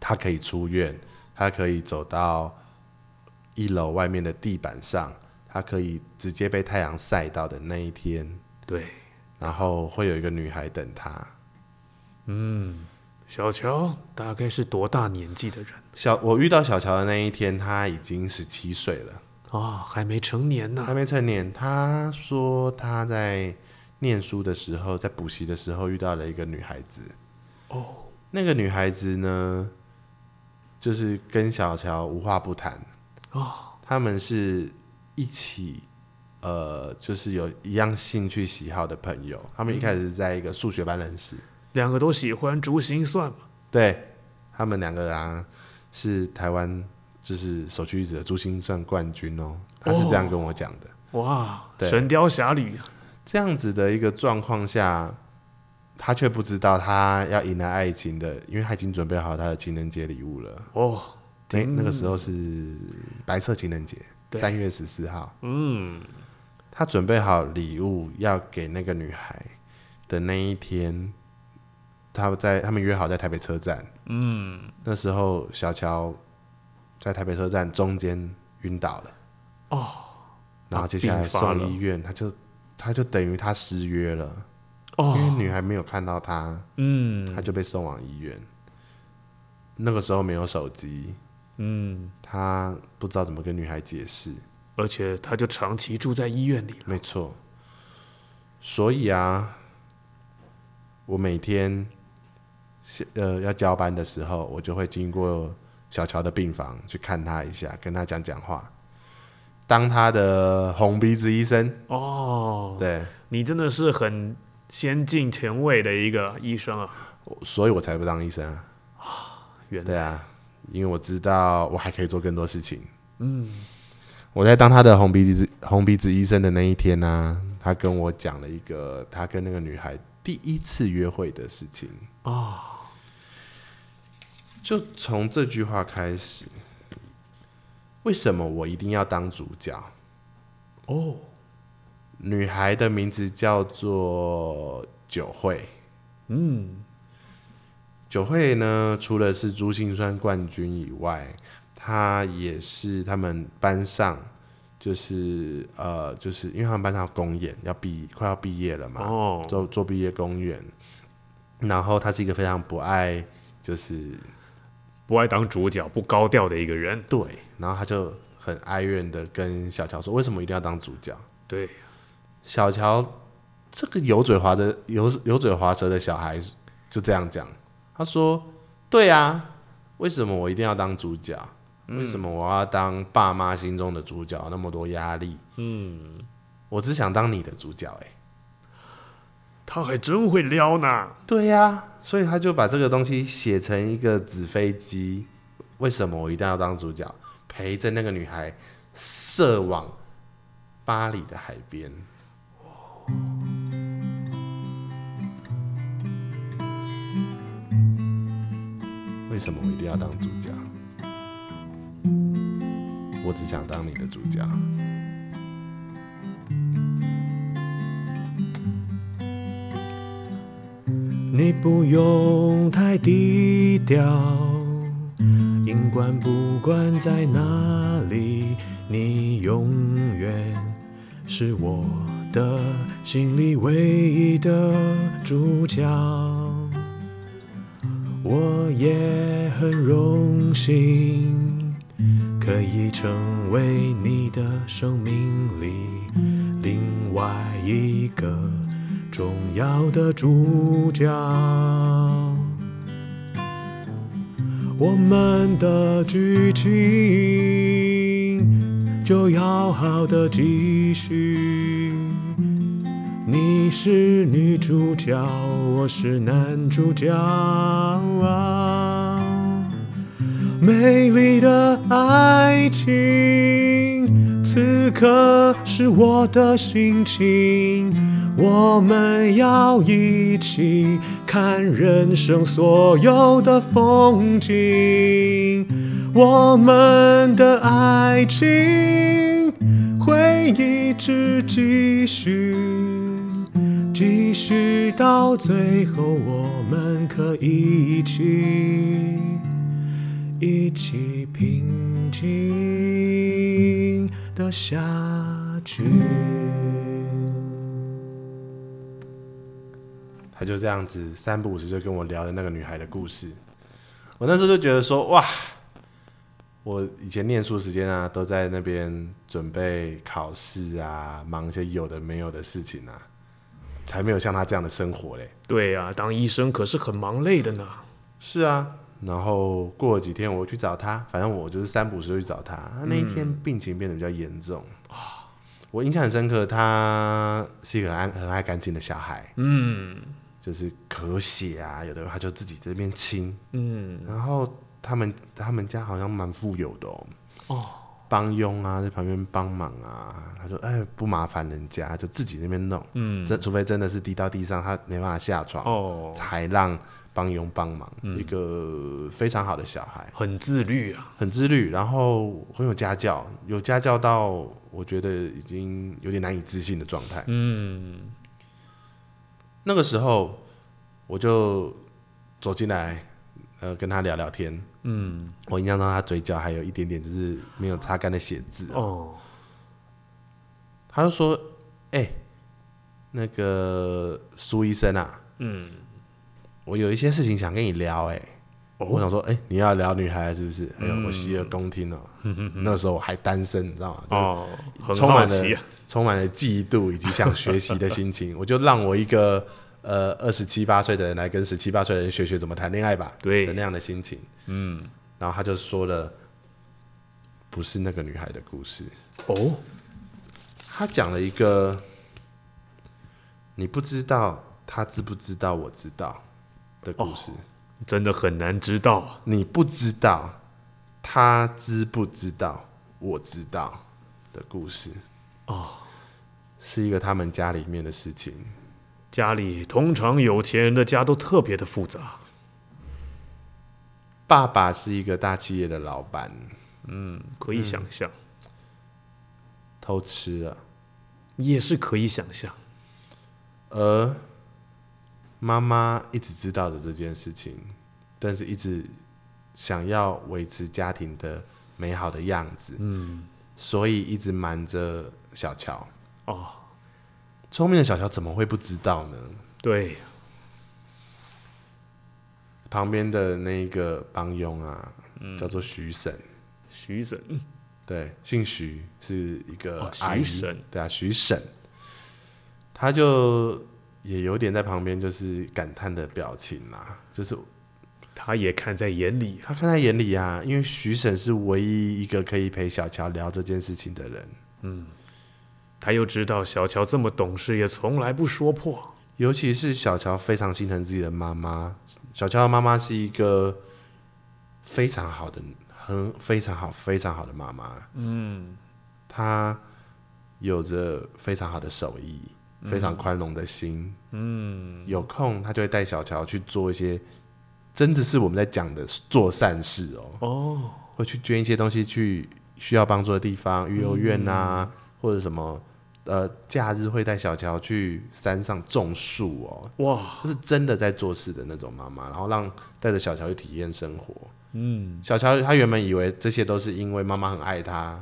Speaker 1: 他可以出院，他可以走到一楼外面的地板上，他可以直接被太阳晒到的那一天，
Speaker 2: 对，
Speaker 1: 然后会有一个女孩等他。
Speaker 2: 小乔大概是多大年纪的人
Speaker 1: 小我遇到小乔的那一天，他已经十七岁了。
Speaker 2: 啊、还没成年呢、
Speaker 1: 还没成年。他说他在念书的时候，在补习的时候遇到了一个女孩子。
Speaker 2: 哦，
Speaker 1: 那个女孩子呢，就是跟小乔无话不谈。哦，他们是一起，呃，就是有一样兴趣喜好的朋友。他们一开始是在一个数学班认识。
Speaker 2: 两个都喜欢竹心算嘛。
Speaker 1: 对他们两个啊，是台湾就是首屈一指的珠心算冠军哦。他是这样跟我讲的。
Speaker 2: 哇，
Speaker 1: 对
Speaker 2: 神雕侠侣啊》
Speaker 1: 这样子的一个状况下，他却不知道他要迎来爱情的，因为他已经准备好他的情人节礼物了。
Speaker 2: 哦，
Speaker 1: 那、那个时候是白色情人节，
Speaker 2: 对
Speaker 1: 三月十四号。
Speaker 2: 嗯，
Speaker 1: 他准备好礼物要给那个女孩的那一天，他们在他们约好在台北车站。嗯，那时候小乔在台北车站中间晕倒了。
Speaker 2: 哦，
Speaker 1: 然后接下来
Speaker 2: 他病发
Speaker 1: 送
Speaker 2: 了
Speaker 1: 医院，他就他就等于他失约了，因为
Speaker 2: 哦，
Speaker 1: 女孩没有看到他，
Speaker 2: 嗯
Speaker 1: 他就被送往医院。那个时候没有手机，
Speaker 2: 嗯，
Speaker 1: 他不知道怎么跟女孩解释。
Speaker 2: 而且他就长期住在医院里了。
Speaker 1: 没错，所以啊，我每天下呃要交班的时候，我就会经过小乔的病房去看他一下，跟他讲讲话，当他的红鼻子医生。
Speaker 2: 哦，
Speaker 1: 对，
Speaker 2: 你真的是很先进前卫的一个医生啊！
Speaker 1: 所以我才不当医生啊。
Speaker 2: 原来
Speaker 1: 对啊，因为我知道我还可以做更多事情。嗯，我在当他的红鼻子红鼻子医生的那一天呢、啊他跟我讲了一个他跟那个女孩第一次约会的事情。
Speaker 2: 哦，
Speaker 1: 就从这句话开始，为什么我一定要当主角？
Speaker 2: 哦，
Speaker 1: 女孩的名字叫做九惠。
Speaker 2: 嗯，
Speaker 1: 九惠呢，除了是珠心算冠军以外，她也是他们班上，就是呃，就是因为他们班上有公演，要毕快要毕业了嘛，
Speaker 2: 哦，
Speaker 1: 做做毕业公演。然后她是一个非常不爱，就是
Speaker 2: 不爱当主角、不高调的一个人。
Speaker 1: 对，然后她就很哀怨的跟小乔说，为什么一定要当主角？
Speaker 2: 对，
Speaker 1: 小乔这个油嘴滑舌、油油嘴滑舌的小孩就这样讲，他说：“对啊，为什么我一定要当主角？为什么我要当爸妈心中的主角？那么多压力，嗯，我只想当你的主角、欸。”
Speaker 2: 他还真会撩呢。
Speaker 1: 对呀、所以他就把这个东西写成一个纸飞机。为什么我一定要当主角？陪着那个女孩射往巴黎的海边。为什么我一定要当主角？我只想当你的主角。
Speaker 2: 你不用太低调，尽管不管在哪里，你永远是我的心里唯一的主角。我也很荣幸，可以成为你的生命里另外一个重要的主角。我们的剧情就要好的继续。你是女主角，我是男主角啊。美丽的爱情，此刻是我的心情。我们要一起看人生所有的风景，我们的爱情会一直继续，继续到最后，我们可以一起。一起平静的下去。
Speaker 1: 他就这样子三不五时就跟我聊的那个女孩的故事。我那时候就觉得说，哇，我以前念书时间啊，都在那边准备考试啊，忙一些有的没有的事情啊，才没有像他这样的生活嘞。
Speaker 2: 对呀、当医生可是很忙累的呢。
Speaker 1: 是啊，然后过了几天，我去找他，反正我就是三不五时就去找他。他那一天病情变得比较严重啊，我印象很深刻，他是一个很爱很爱干净的小孩，嗯，就是咳血啊，有的他就自己在那边清，嗯，然后他们他们家好像蛮富有的哦，
Speaker 2: 哦，
Speaker 1: 帮佣啊，在旁边帮忙啊。他说：“哎、不麻烦人家，就自己那边弄。
Speaker 2: 嗯，
Speaker 1: 真除非真的是滴到地上，他没办法下床，
Speaker 2: 哦，
Speaker 1: 才让帮佣帮忙。一个非常好的小孩，
Speaker 2: 很自律啊，
Speaker 1: 很自律，然后很有家教，有家教到我觉得已经有点难以置信的状态。
Speaker 2: 嗯，
Speaker 1: 那个时候我就走进来，呃，跟他聊聊天。嗯，我印象中他嘴角还有一点点就是没有擦干的血渍。
Speaker 2: 哦，
Speaker 1: 他就说：“哎、那个苏医生啊，
Speaker 2: 嗯，
Speaker 1: 我有一些事情想跟你聊、哎、我想说，哎、你要聊女孩是不是？哎呦，
Speaker 2: 哦嗯
Speaker 1: 我洗耳恭听哦、那时候我还单身，你知道吗？就
Speaker 2: 哦，很
Speaker 1: 充
Speaker 2: 好
Speaker 1: 满了
Speaker 2: 奇啊，
Speaker 1: 充满了嫉妒以及想学习的心 情。我就让我一个呃二十七八岁的人来跟十七八岁的人学学怎么谈恋爱吧，
Speaker 2: 对
Speaker 1: 的那样的心情。
Speaker 2: 嗯，
Speaker 1: 然后他就说了，不是那个女孩的故事，
Speaker 2: 哦，
Speaker 1: 他讲了一个你不知道他知不知道我知道的故事，
Speaker 2: 真的很难知道啊，
Speaker 1: 你不知道他知不知道我知道的故事
Speaker 2: 哦，
Speaker 1: 是一个他们家里面的事情。
Speaker 2: 家里通常有钱人的家都特别的复杂，
Speaker 1: 爸爸是一个大企业的老板，
Speaker 2: 可以想象，
Speaker 1: 偷吃了，
Speaker 2: 也是可以想象，
Speaker 1: 而妈妈一直知道着这件事情，但是一直想要维持家庭的美好的样子，嗯，所以一直瞒着小乔。
Speaker 2: 哦，
Speaker 1: 聪明的小乔怎么会不知道呢？
Speaker 2: 对，
Speaker 1: 旁边的那个帮佣啊，
Speaker 2: 嗯
Speaker 1: 叫做徐婶，
Speaker 2: 徐神，
Speaker 1: 对，姓徐是一个
Speaker 2: 哦
Speaker 1: 阿姨，
Speaker 2: 徐婶
Speaker 1: 对啊，徐婶，他就也有点在旁边就是感叹的表情啦，就是
Speaker 2: 他也看在眼里啊，
Speaker 1: 他看在眼里啊，因为徐婶是唯一一个可以陪小乔聊这件事情的人，
Speaker 2: 他又知道小乔这么懂事，也从来不说破，
Speaker 1: 尤其是小乔非常心疼自己的妈妈，小乔的妈妈是一个非常好的、很非常好、非常好的妈妈，嗯，她有着非常好的手艺，非常宽容的心，嗯，有空她就会带小乔去做一些，真的是我们在讲的做善事哦，
Speaker 2: 哦，
Speaker 1: 会去捐一些东西去需要帮助的地方，育幼院啊，或者什么，呃，假日会带小乔去山上种树哦，
Speaker 2: 哇，
Speaker 1: 就是真的在做事的那种妈妈，然后让带着小乔去体验生活。
Speaker 2: 嗯，
Speaker 1: 小乔他原本以为这些都是因为妈妈很爱他，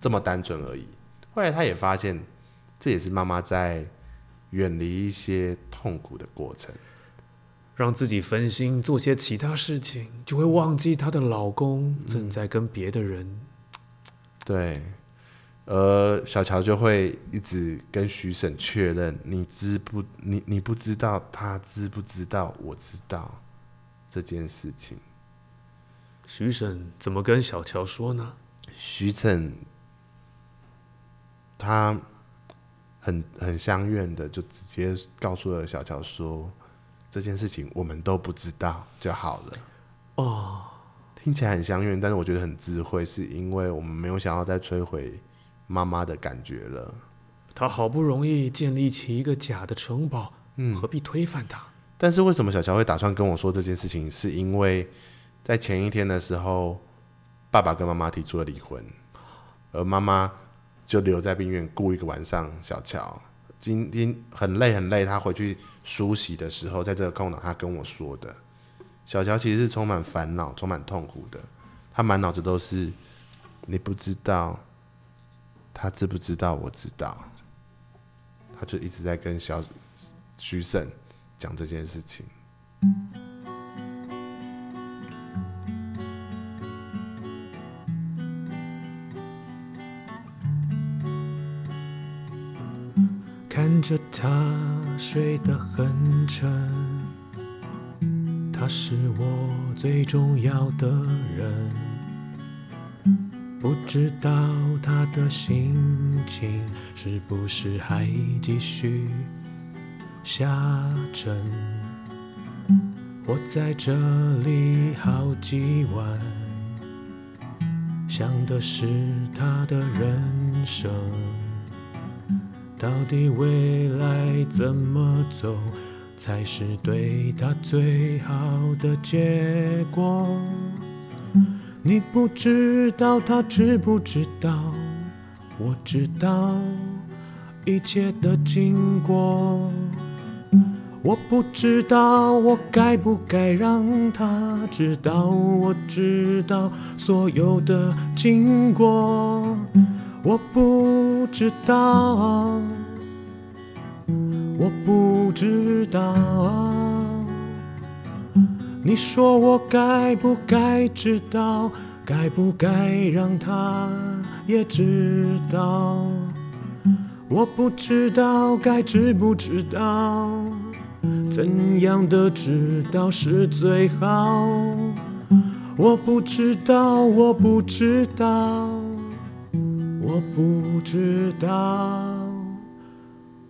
Speaker 1: 这么单纯而已。后来他也发现，这也是妈妈在远离一些痛苦的过程。
Speaker 2: 让自己分心做些其他事情，就会忘记她的老公正在跟别的人。
Speaker 1: 对，呃，小乔就会一直跟徐婶确认，你知不你你不知道他知不知道我知道这件事情。
Speaker 2: 徐婶怎么跟小乔说呢？
Speaker 1: 徐婶她很很相愿的，就直接告诉了小乔说，这件事情我们都不知道就好了。
Speaker 2: 哦，
Speaker 1: 听起来很相怨，但是我觉得很智慧，是因为我们没有想要再摧毁妈妈的感觉了。
Speaker 2: 她好不容易建立起一个假的城堡，何必推翻它？
Speaker 1: 但是为什么小乔会打算跟我说这件事情？是因为在前一天的时候，爸爸跟妈妈提出了离婚，而妈妈就留在病院顾一个晚上。小乔今天很累很累，她回去梳洗的时候，在这个空档，她跟我说的。小乔其实是充满烦恼、充满痛苦的，她满脑子都是你不知道，他知不知道？我知道，他就一直在跟小徐婶讲这件事情。
Speaker 2: 看着她睡得很沉，她是我最重要的人。不知道她的心情是不是还继续下沉。我在这里好几晚，小想的是他的人生，到底未来怎么走才是对他最好的结果？你不知道，他知不知道？我知道一切的经过。我不知道我该不该让他知道，我知道所有的经过。我不知道，我不知道。你说我该不该知道？该不该让他也知道？我不知道该知不知道，怎样的知道是最好？我不知道，我不知道，我不知道，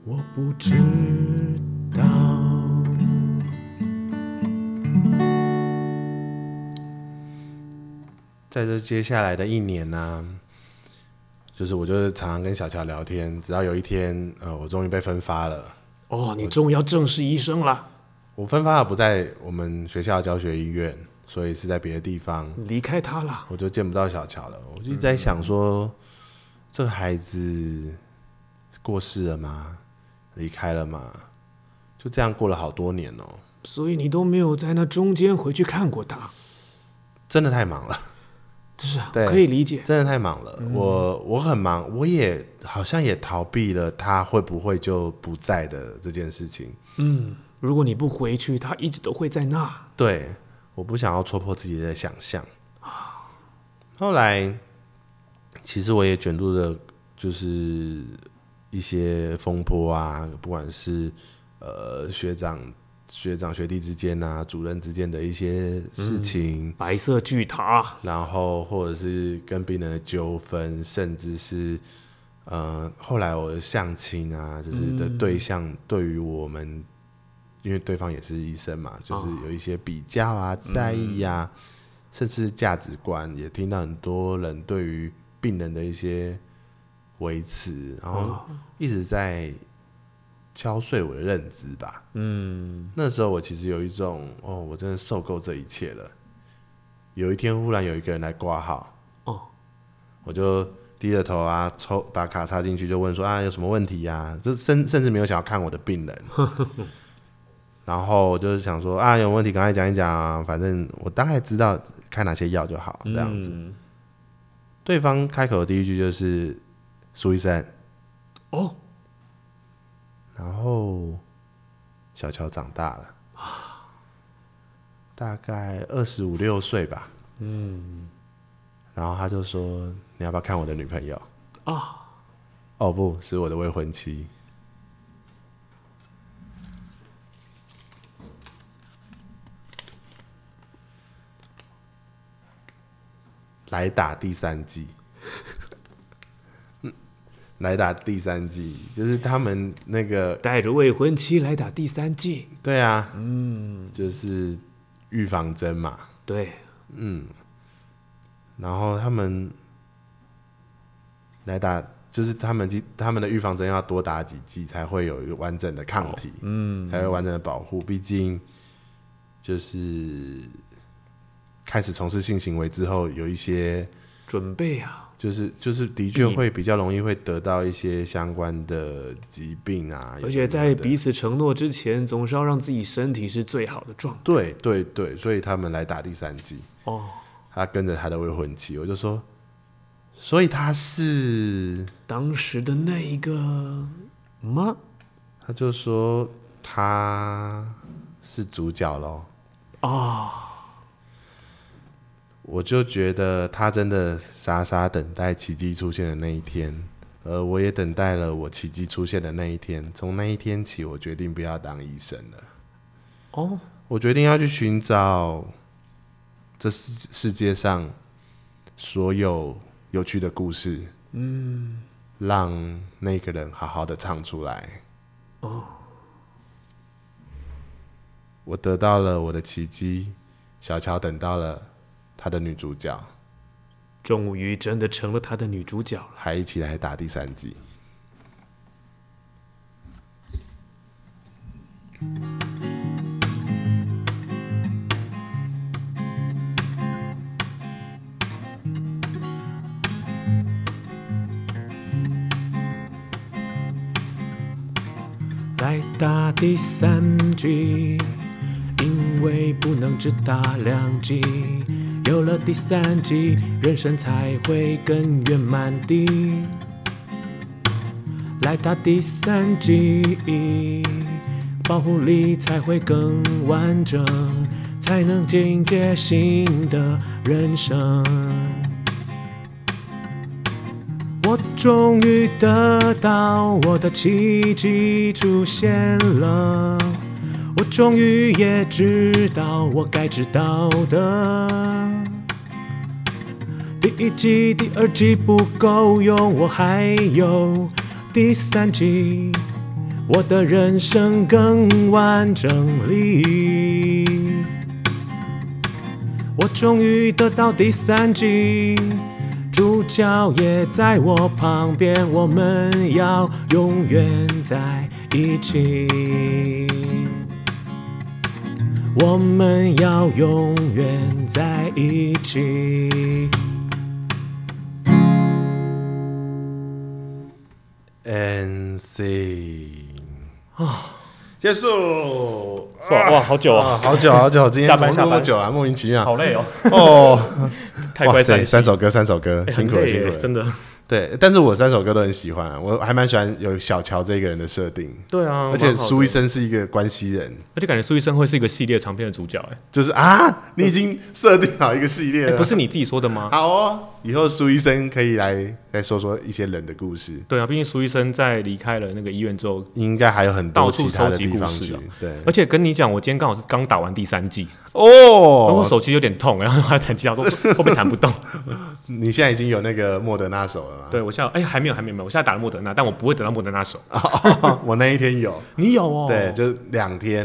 Speaker 2: 我不知道。
Speaker 1: 在这接下来的一年呢、就是我就是常常跟小乔聊天，直到有一天，呃，我终于被分发了。
Speaker 2: 哦，你终于要正式医生了，
Speaker 1: 我分发的不在我们学校的教学医院，所以是在别的地方，
Speaker 2: 离开他了。
Speaker 1: 我就见不到小乔了。我就一直在想说，这个孩子过世了吗？离开了吗？就这样过了好多年哦、
Speaker 2: 所以你都没有在那中间回去看过他，
Speaker 1: 真的太忙了。
Speaker 2: 是啊，
Speaker 1: 对
Speaker 2: 可以理解。
Speaker 1: 真的太忙了，我我很忙，我也好像也逃避了他会不会就不在的这件事情。
Speaker 2: 如果你不回去，他一直都会在那。
Speaker 1: 对，我不想要戳破自己的想象。后来，其实我也卷入了，就是一些风波啊，不管是呃学长、学长学弟之间啊，主任之间的一些事情，
Speaker 2: 白色巨塔，
Speaker 1: 然后或者是跟病人的纠纷，甚至是呃，后来我的相亲啊，就是的对象对于我们，因为对方也是医生嘛，就是有一些比较啊、在意啊，甚至价值观，也听到很多人对于病人的一些维持，然后一直在敲碎我的认知吧。嗯，那时候我其实有一种哦，我真的受够这一切了。有一天忽然有一个人来挂号，
Speaker 2: 哦，
Speaker 1: 我就低着头啊，抽把卡插进去，就问说啊有什么问题呀、就甚甚至没有想要看我的病人，然后我就是想说啊有问题赶快讲一讲啊，反正我大概知道开哪些药就好这样子。
Speaker 4: 嗯
Speaker 1: 对方开口的第一句就是苏医生，
Speaker 2: 哦，
Speaker 1: 然后小乔长大了， 大概二十五六岁吧。嗯，然后他就说：“你要不要看我的女朋友？”
Speaker 2: 啊，
Speaker 1: 哦，不是我的未婚妻。来打第三季， 嗯来打第三季，就是他们那个
Speaker 2: 带着未婚妻来打第三季。
Speaker 1: 对啊，嗯，就是预防针嘛。
Speaker 2: 对，
Speaker 1: 然后他们来打，就是他们剂他们的预防针要多打几剂才会有一个完整的抗体，嗯，才会完整的保护。毕竟就是开始从事性行为之后，有一些
Speaker 2: 准备啊，
Speaker 1: 就是就是的确会比较容易会得到一些相关的疾病啊，有
Speaker 2: 而
Speaker 1: 的没
Speaker 2: 且在
Speaker 1: 的
Speaker 2: 彼此承诺之前，总是要让自己身体是最好的状态。
Speaker 1: 对对对，所以他们来打第三剂。
Speaker 2: 哦，
Speaker 1: 他跟着他的未婚妻，我就说，所以他是，
Speaker 2: 当时的那一个吗？
Speaker 1: 他就说他是主角喽。
Speaker 2: 啊、
Speaker 1: 我就觉得他真的傻傻等待奇迹出现的那一天，而我也等待了我奇迹出现的那一天。从那一天起，我决定不要当医生了，
Speaker 2: 哦，
Speaker 1: 我决定要去寻找这世世界上所有有趣的故事，嗯，让那个人好好的唱出来。我得到了我的奇迹，小乔等到了她的女主角，
Speaker 2: 钟无鱼真的成了他的女主角了。
Speaker 1: 还一起来打第三季。
Speaker 2: 来打第三季，因为不能只打两季。有了第三季，人生才会更圆满地。来打第三季，保护力才会更完整，才能迎接新的人生。我终于得到我的奇迹出现了，我终于也知道我该知道的。第一季、第二季不够用，我还有第三季，我的人生更完整里。我终于得到第三季，主角也在我旁边，我们要永远在一起。我们要永远在一起。
Speaker 1: NC 啊，结束。
Speaker 5: 是吧哇，好久
Speaker 1: 啊，
Speaker 5: 啊，
Speaker 1: 好久好久，今天
Speaker 5: 下
Speaker 1: 怎么
Speaker 5: 班
Speaker 1: 录
Speaker 5: 下
Speaker 1: 那么
Speaker 5: 班
Speaker 1: 久啊？莫名其妙。
Speaker 5: 好累哦，
Speaker 1: 哦，
Speaker 5: 太哎快散
Speaker 1: 三首歌，三首歌，辛苦了，辛苦了。
Speaker 5: 真的。
Speaker 1: 对，但是我三首歌都很喜欢，啊我还蛮喜欢有小乔这个人的设定，
Speaker 5: 对啊，
Speaker 1: 而且
Speaker 5: 蛮好的
Speaker 1: 苏医，生是一个关系人，
Speaker 5: 而且感觉苏医生会是一个系列长片的主角，哎，
Speaker 1: 就是啊，你已经设定好一个系列
Speaker 5: 哎
Speaker 1: 了，
Speaker 5: 不是你自己说的吗？
Speaker 1: 好哦，以后苏医生可以来再说说一些人的故事，
Speaker 5: 对啊，毕竟苏医生在离开了那个医院之后，
Speaker 1: 应该还有很
Speaker 5: 到
Speaker 1: 多
Speaker 5: 处
Speaker 1: 其他的
Speaker 5: 收集
Speaker 1: 地
Speaker 5: 故
Speaker 1: 方
Speaker 5: 事
Speaker 1: 去
Speaker 5: 啊。
Speaker 1: 对，
Speaker 5: 而且跟你讲，我今天刚好是刚打完第三季，然后我
Speaker 1: 哦，
Speaker 5: 手机有点痛，然后还弹吉他，说会不会弹 不动？
Speaker 1: 你现在已经有那个莫德纳手了吗？
Speaker 5: 对我现在哎还没有还没有，我现在打了莫德纳，但我不会等到莫德纳手。
Speaker 1: 我那一天有，
Speaker 5: 你有哦？
Speaker 1: 对，就是两天，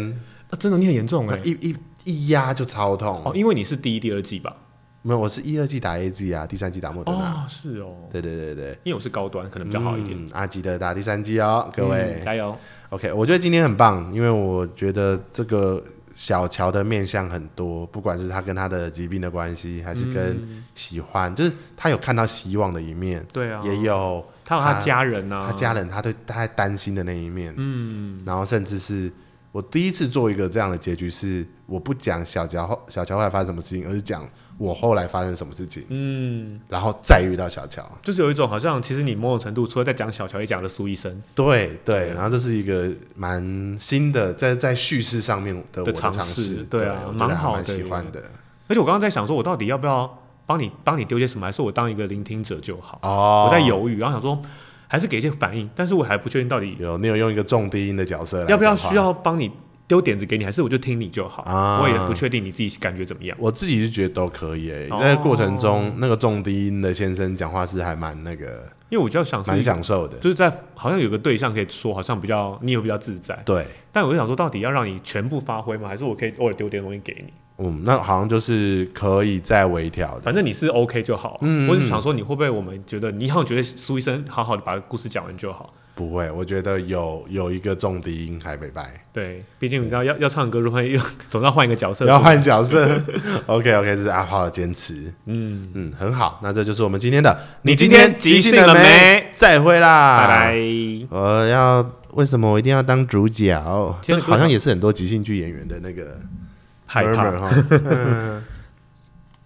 Speaker 5: 啊真的你很严重哎。
Speaker 1: 一一一压就超痛。
Speaker 5: 哦，因为你是第一、第二季吧？
Speaker 1: 没有，我是一二季打 A G 啊，第三季打莫德纳。
Speaker 5: 哦，是哦，
Speaker 1: 对对对对，
Speaker 5: 因为我是高端，可能比较好一点。
Speaker 1: 嗯，阿吉的打第三季哦，各位
Speaker 5: 嗯。加油！
Speaker 1: OK，我觉得今天很棒，因为我觉得这个小乔的面相很多，不管是他跟他的疾病的关系，还是跟喜欢，就是他有看到希望的一面，
Speaker 5: 嗯对啊，
Speaker 1: 也有
Speaker 5: 他有他
Speaker 1: 他
Speaker 5: 家人啊，
Speaker 1: 他家人他对他在担心的那一面，嗯，然后甚至是我第一次做一个这样的结局是，我不讲小乔后小乔后来发生什么事情，而是讲我后来发生什么事情，
Speaker 5: 嗯，
Speaker 1: 然后再遇到小乔，
Speaker 5: 就是有一种好像其实你某种程度除了在讲小乔，也讲了苏医生
Speaker 1: 对对，然后这是一个蛮新的，在在叙事上面的我的
Speaker 5: 的
Speaker 1: 尝
Speaker 5: 尝试
Speaker 1: 试，
Speaker 5: 对啊
Speaker 1: 我觉
Speaker 5: 蛮
Speaker 1: 得还
Speaker 5: 好
Speaker 1: 蛮
Speaker 5: 的
Speaker 1: 喜
Speaker 5: 耶
Speaker 1: 欢的。
Speaker 5: 而且我刚刚在想说，我到底要不要帮你帮你丢些什么，还是我当一个聆听者就好？
Speaker 1: 哦，
Speaker 5: 我在犹豫，然后想说还是给一些反应，但是我还不确定到底
Speaker 1: 有你有用一个重低音的角色来
Speaker 5: 要不要
Speaker 1: 讲话
Speaker 5: 需？要帮你丢点子给你，还是我就听你就好。
Speaker 1: 啊
Speaker 5: 我也不确定你自己感觉怎么样。
Speaker 1: 我自己是觉得都可以、欸，
Speaker 5: 哦
Speaker 1: 那个过程中那个重低音的先生讲话是还蛮那个
Speaker 5: 因为我就想是一
Speaker 1: 蛮
Speaker 5: 个
Speaker 1: 享受的，
Speaker 5: 就是在好像有个对象可以说，好像比较你也比较自在。
Speaker 1: 对，
Speaker 5: 但我就想说，到底要让你全部发挥吗？还是我可以偶尔丢点东西给你？
Speaker 1: 嗯，那好像就是可以再微调的，
Speaker 5: 反正你是 OK 就好。
Speaker 1: 嗯
Speaker 5: 我只是想说，你会不会我们觉得你好像觉得苏医生好好的把故事讲完就好？
Speaker 1: 不会，我觉得有有一个重低音还没败，
Speaker 5: 对，毕竟你知道要要唱歌，如果又总要换 一个角色，
Speaker 1: 要换角 色，OK OK，这是阿炮的坚持，嗯嗯，很好，那这就是我们今天的，
Speaker 5: 你
Speaker 1: 你
Speaker 5: 今
Speaker 1: 今
Speaker 5: 天
Speaker 1: 天即
Speaker 5: 即
Speaker 1: 兴
Speaker 5: 兴
Speaker 1: 了
Speaker 5: 了
Speaker 1: 没
Speaker 5: 没？
Speaker 1: 再会啦，
Speaker 5: 拜拜。。
Speaker 1: 我要为什么我一定要当主角？
Speaker 5: 天
Speaker 1: 这
Speaker 5: 哪
Speaker 1: 好像也是很多即兴剧演员的那个
Speaker 5: 害
Speaker 1: murmur
Speaker 5: 怕，
Speaker 1: 哈。嗯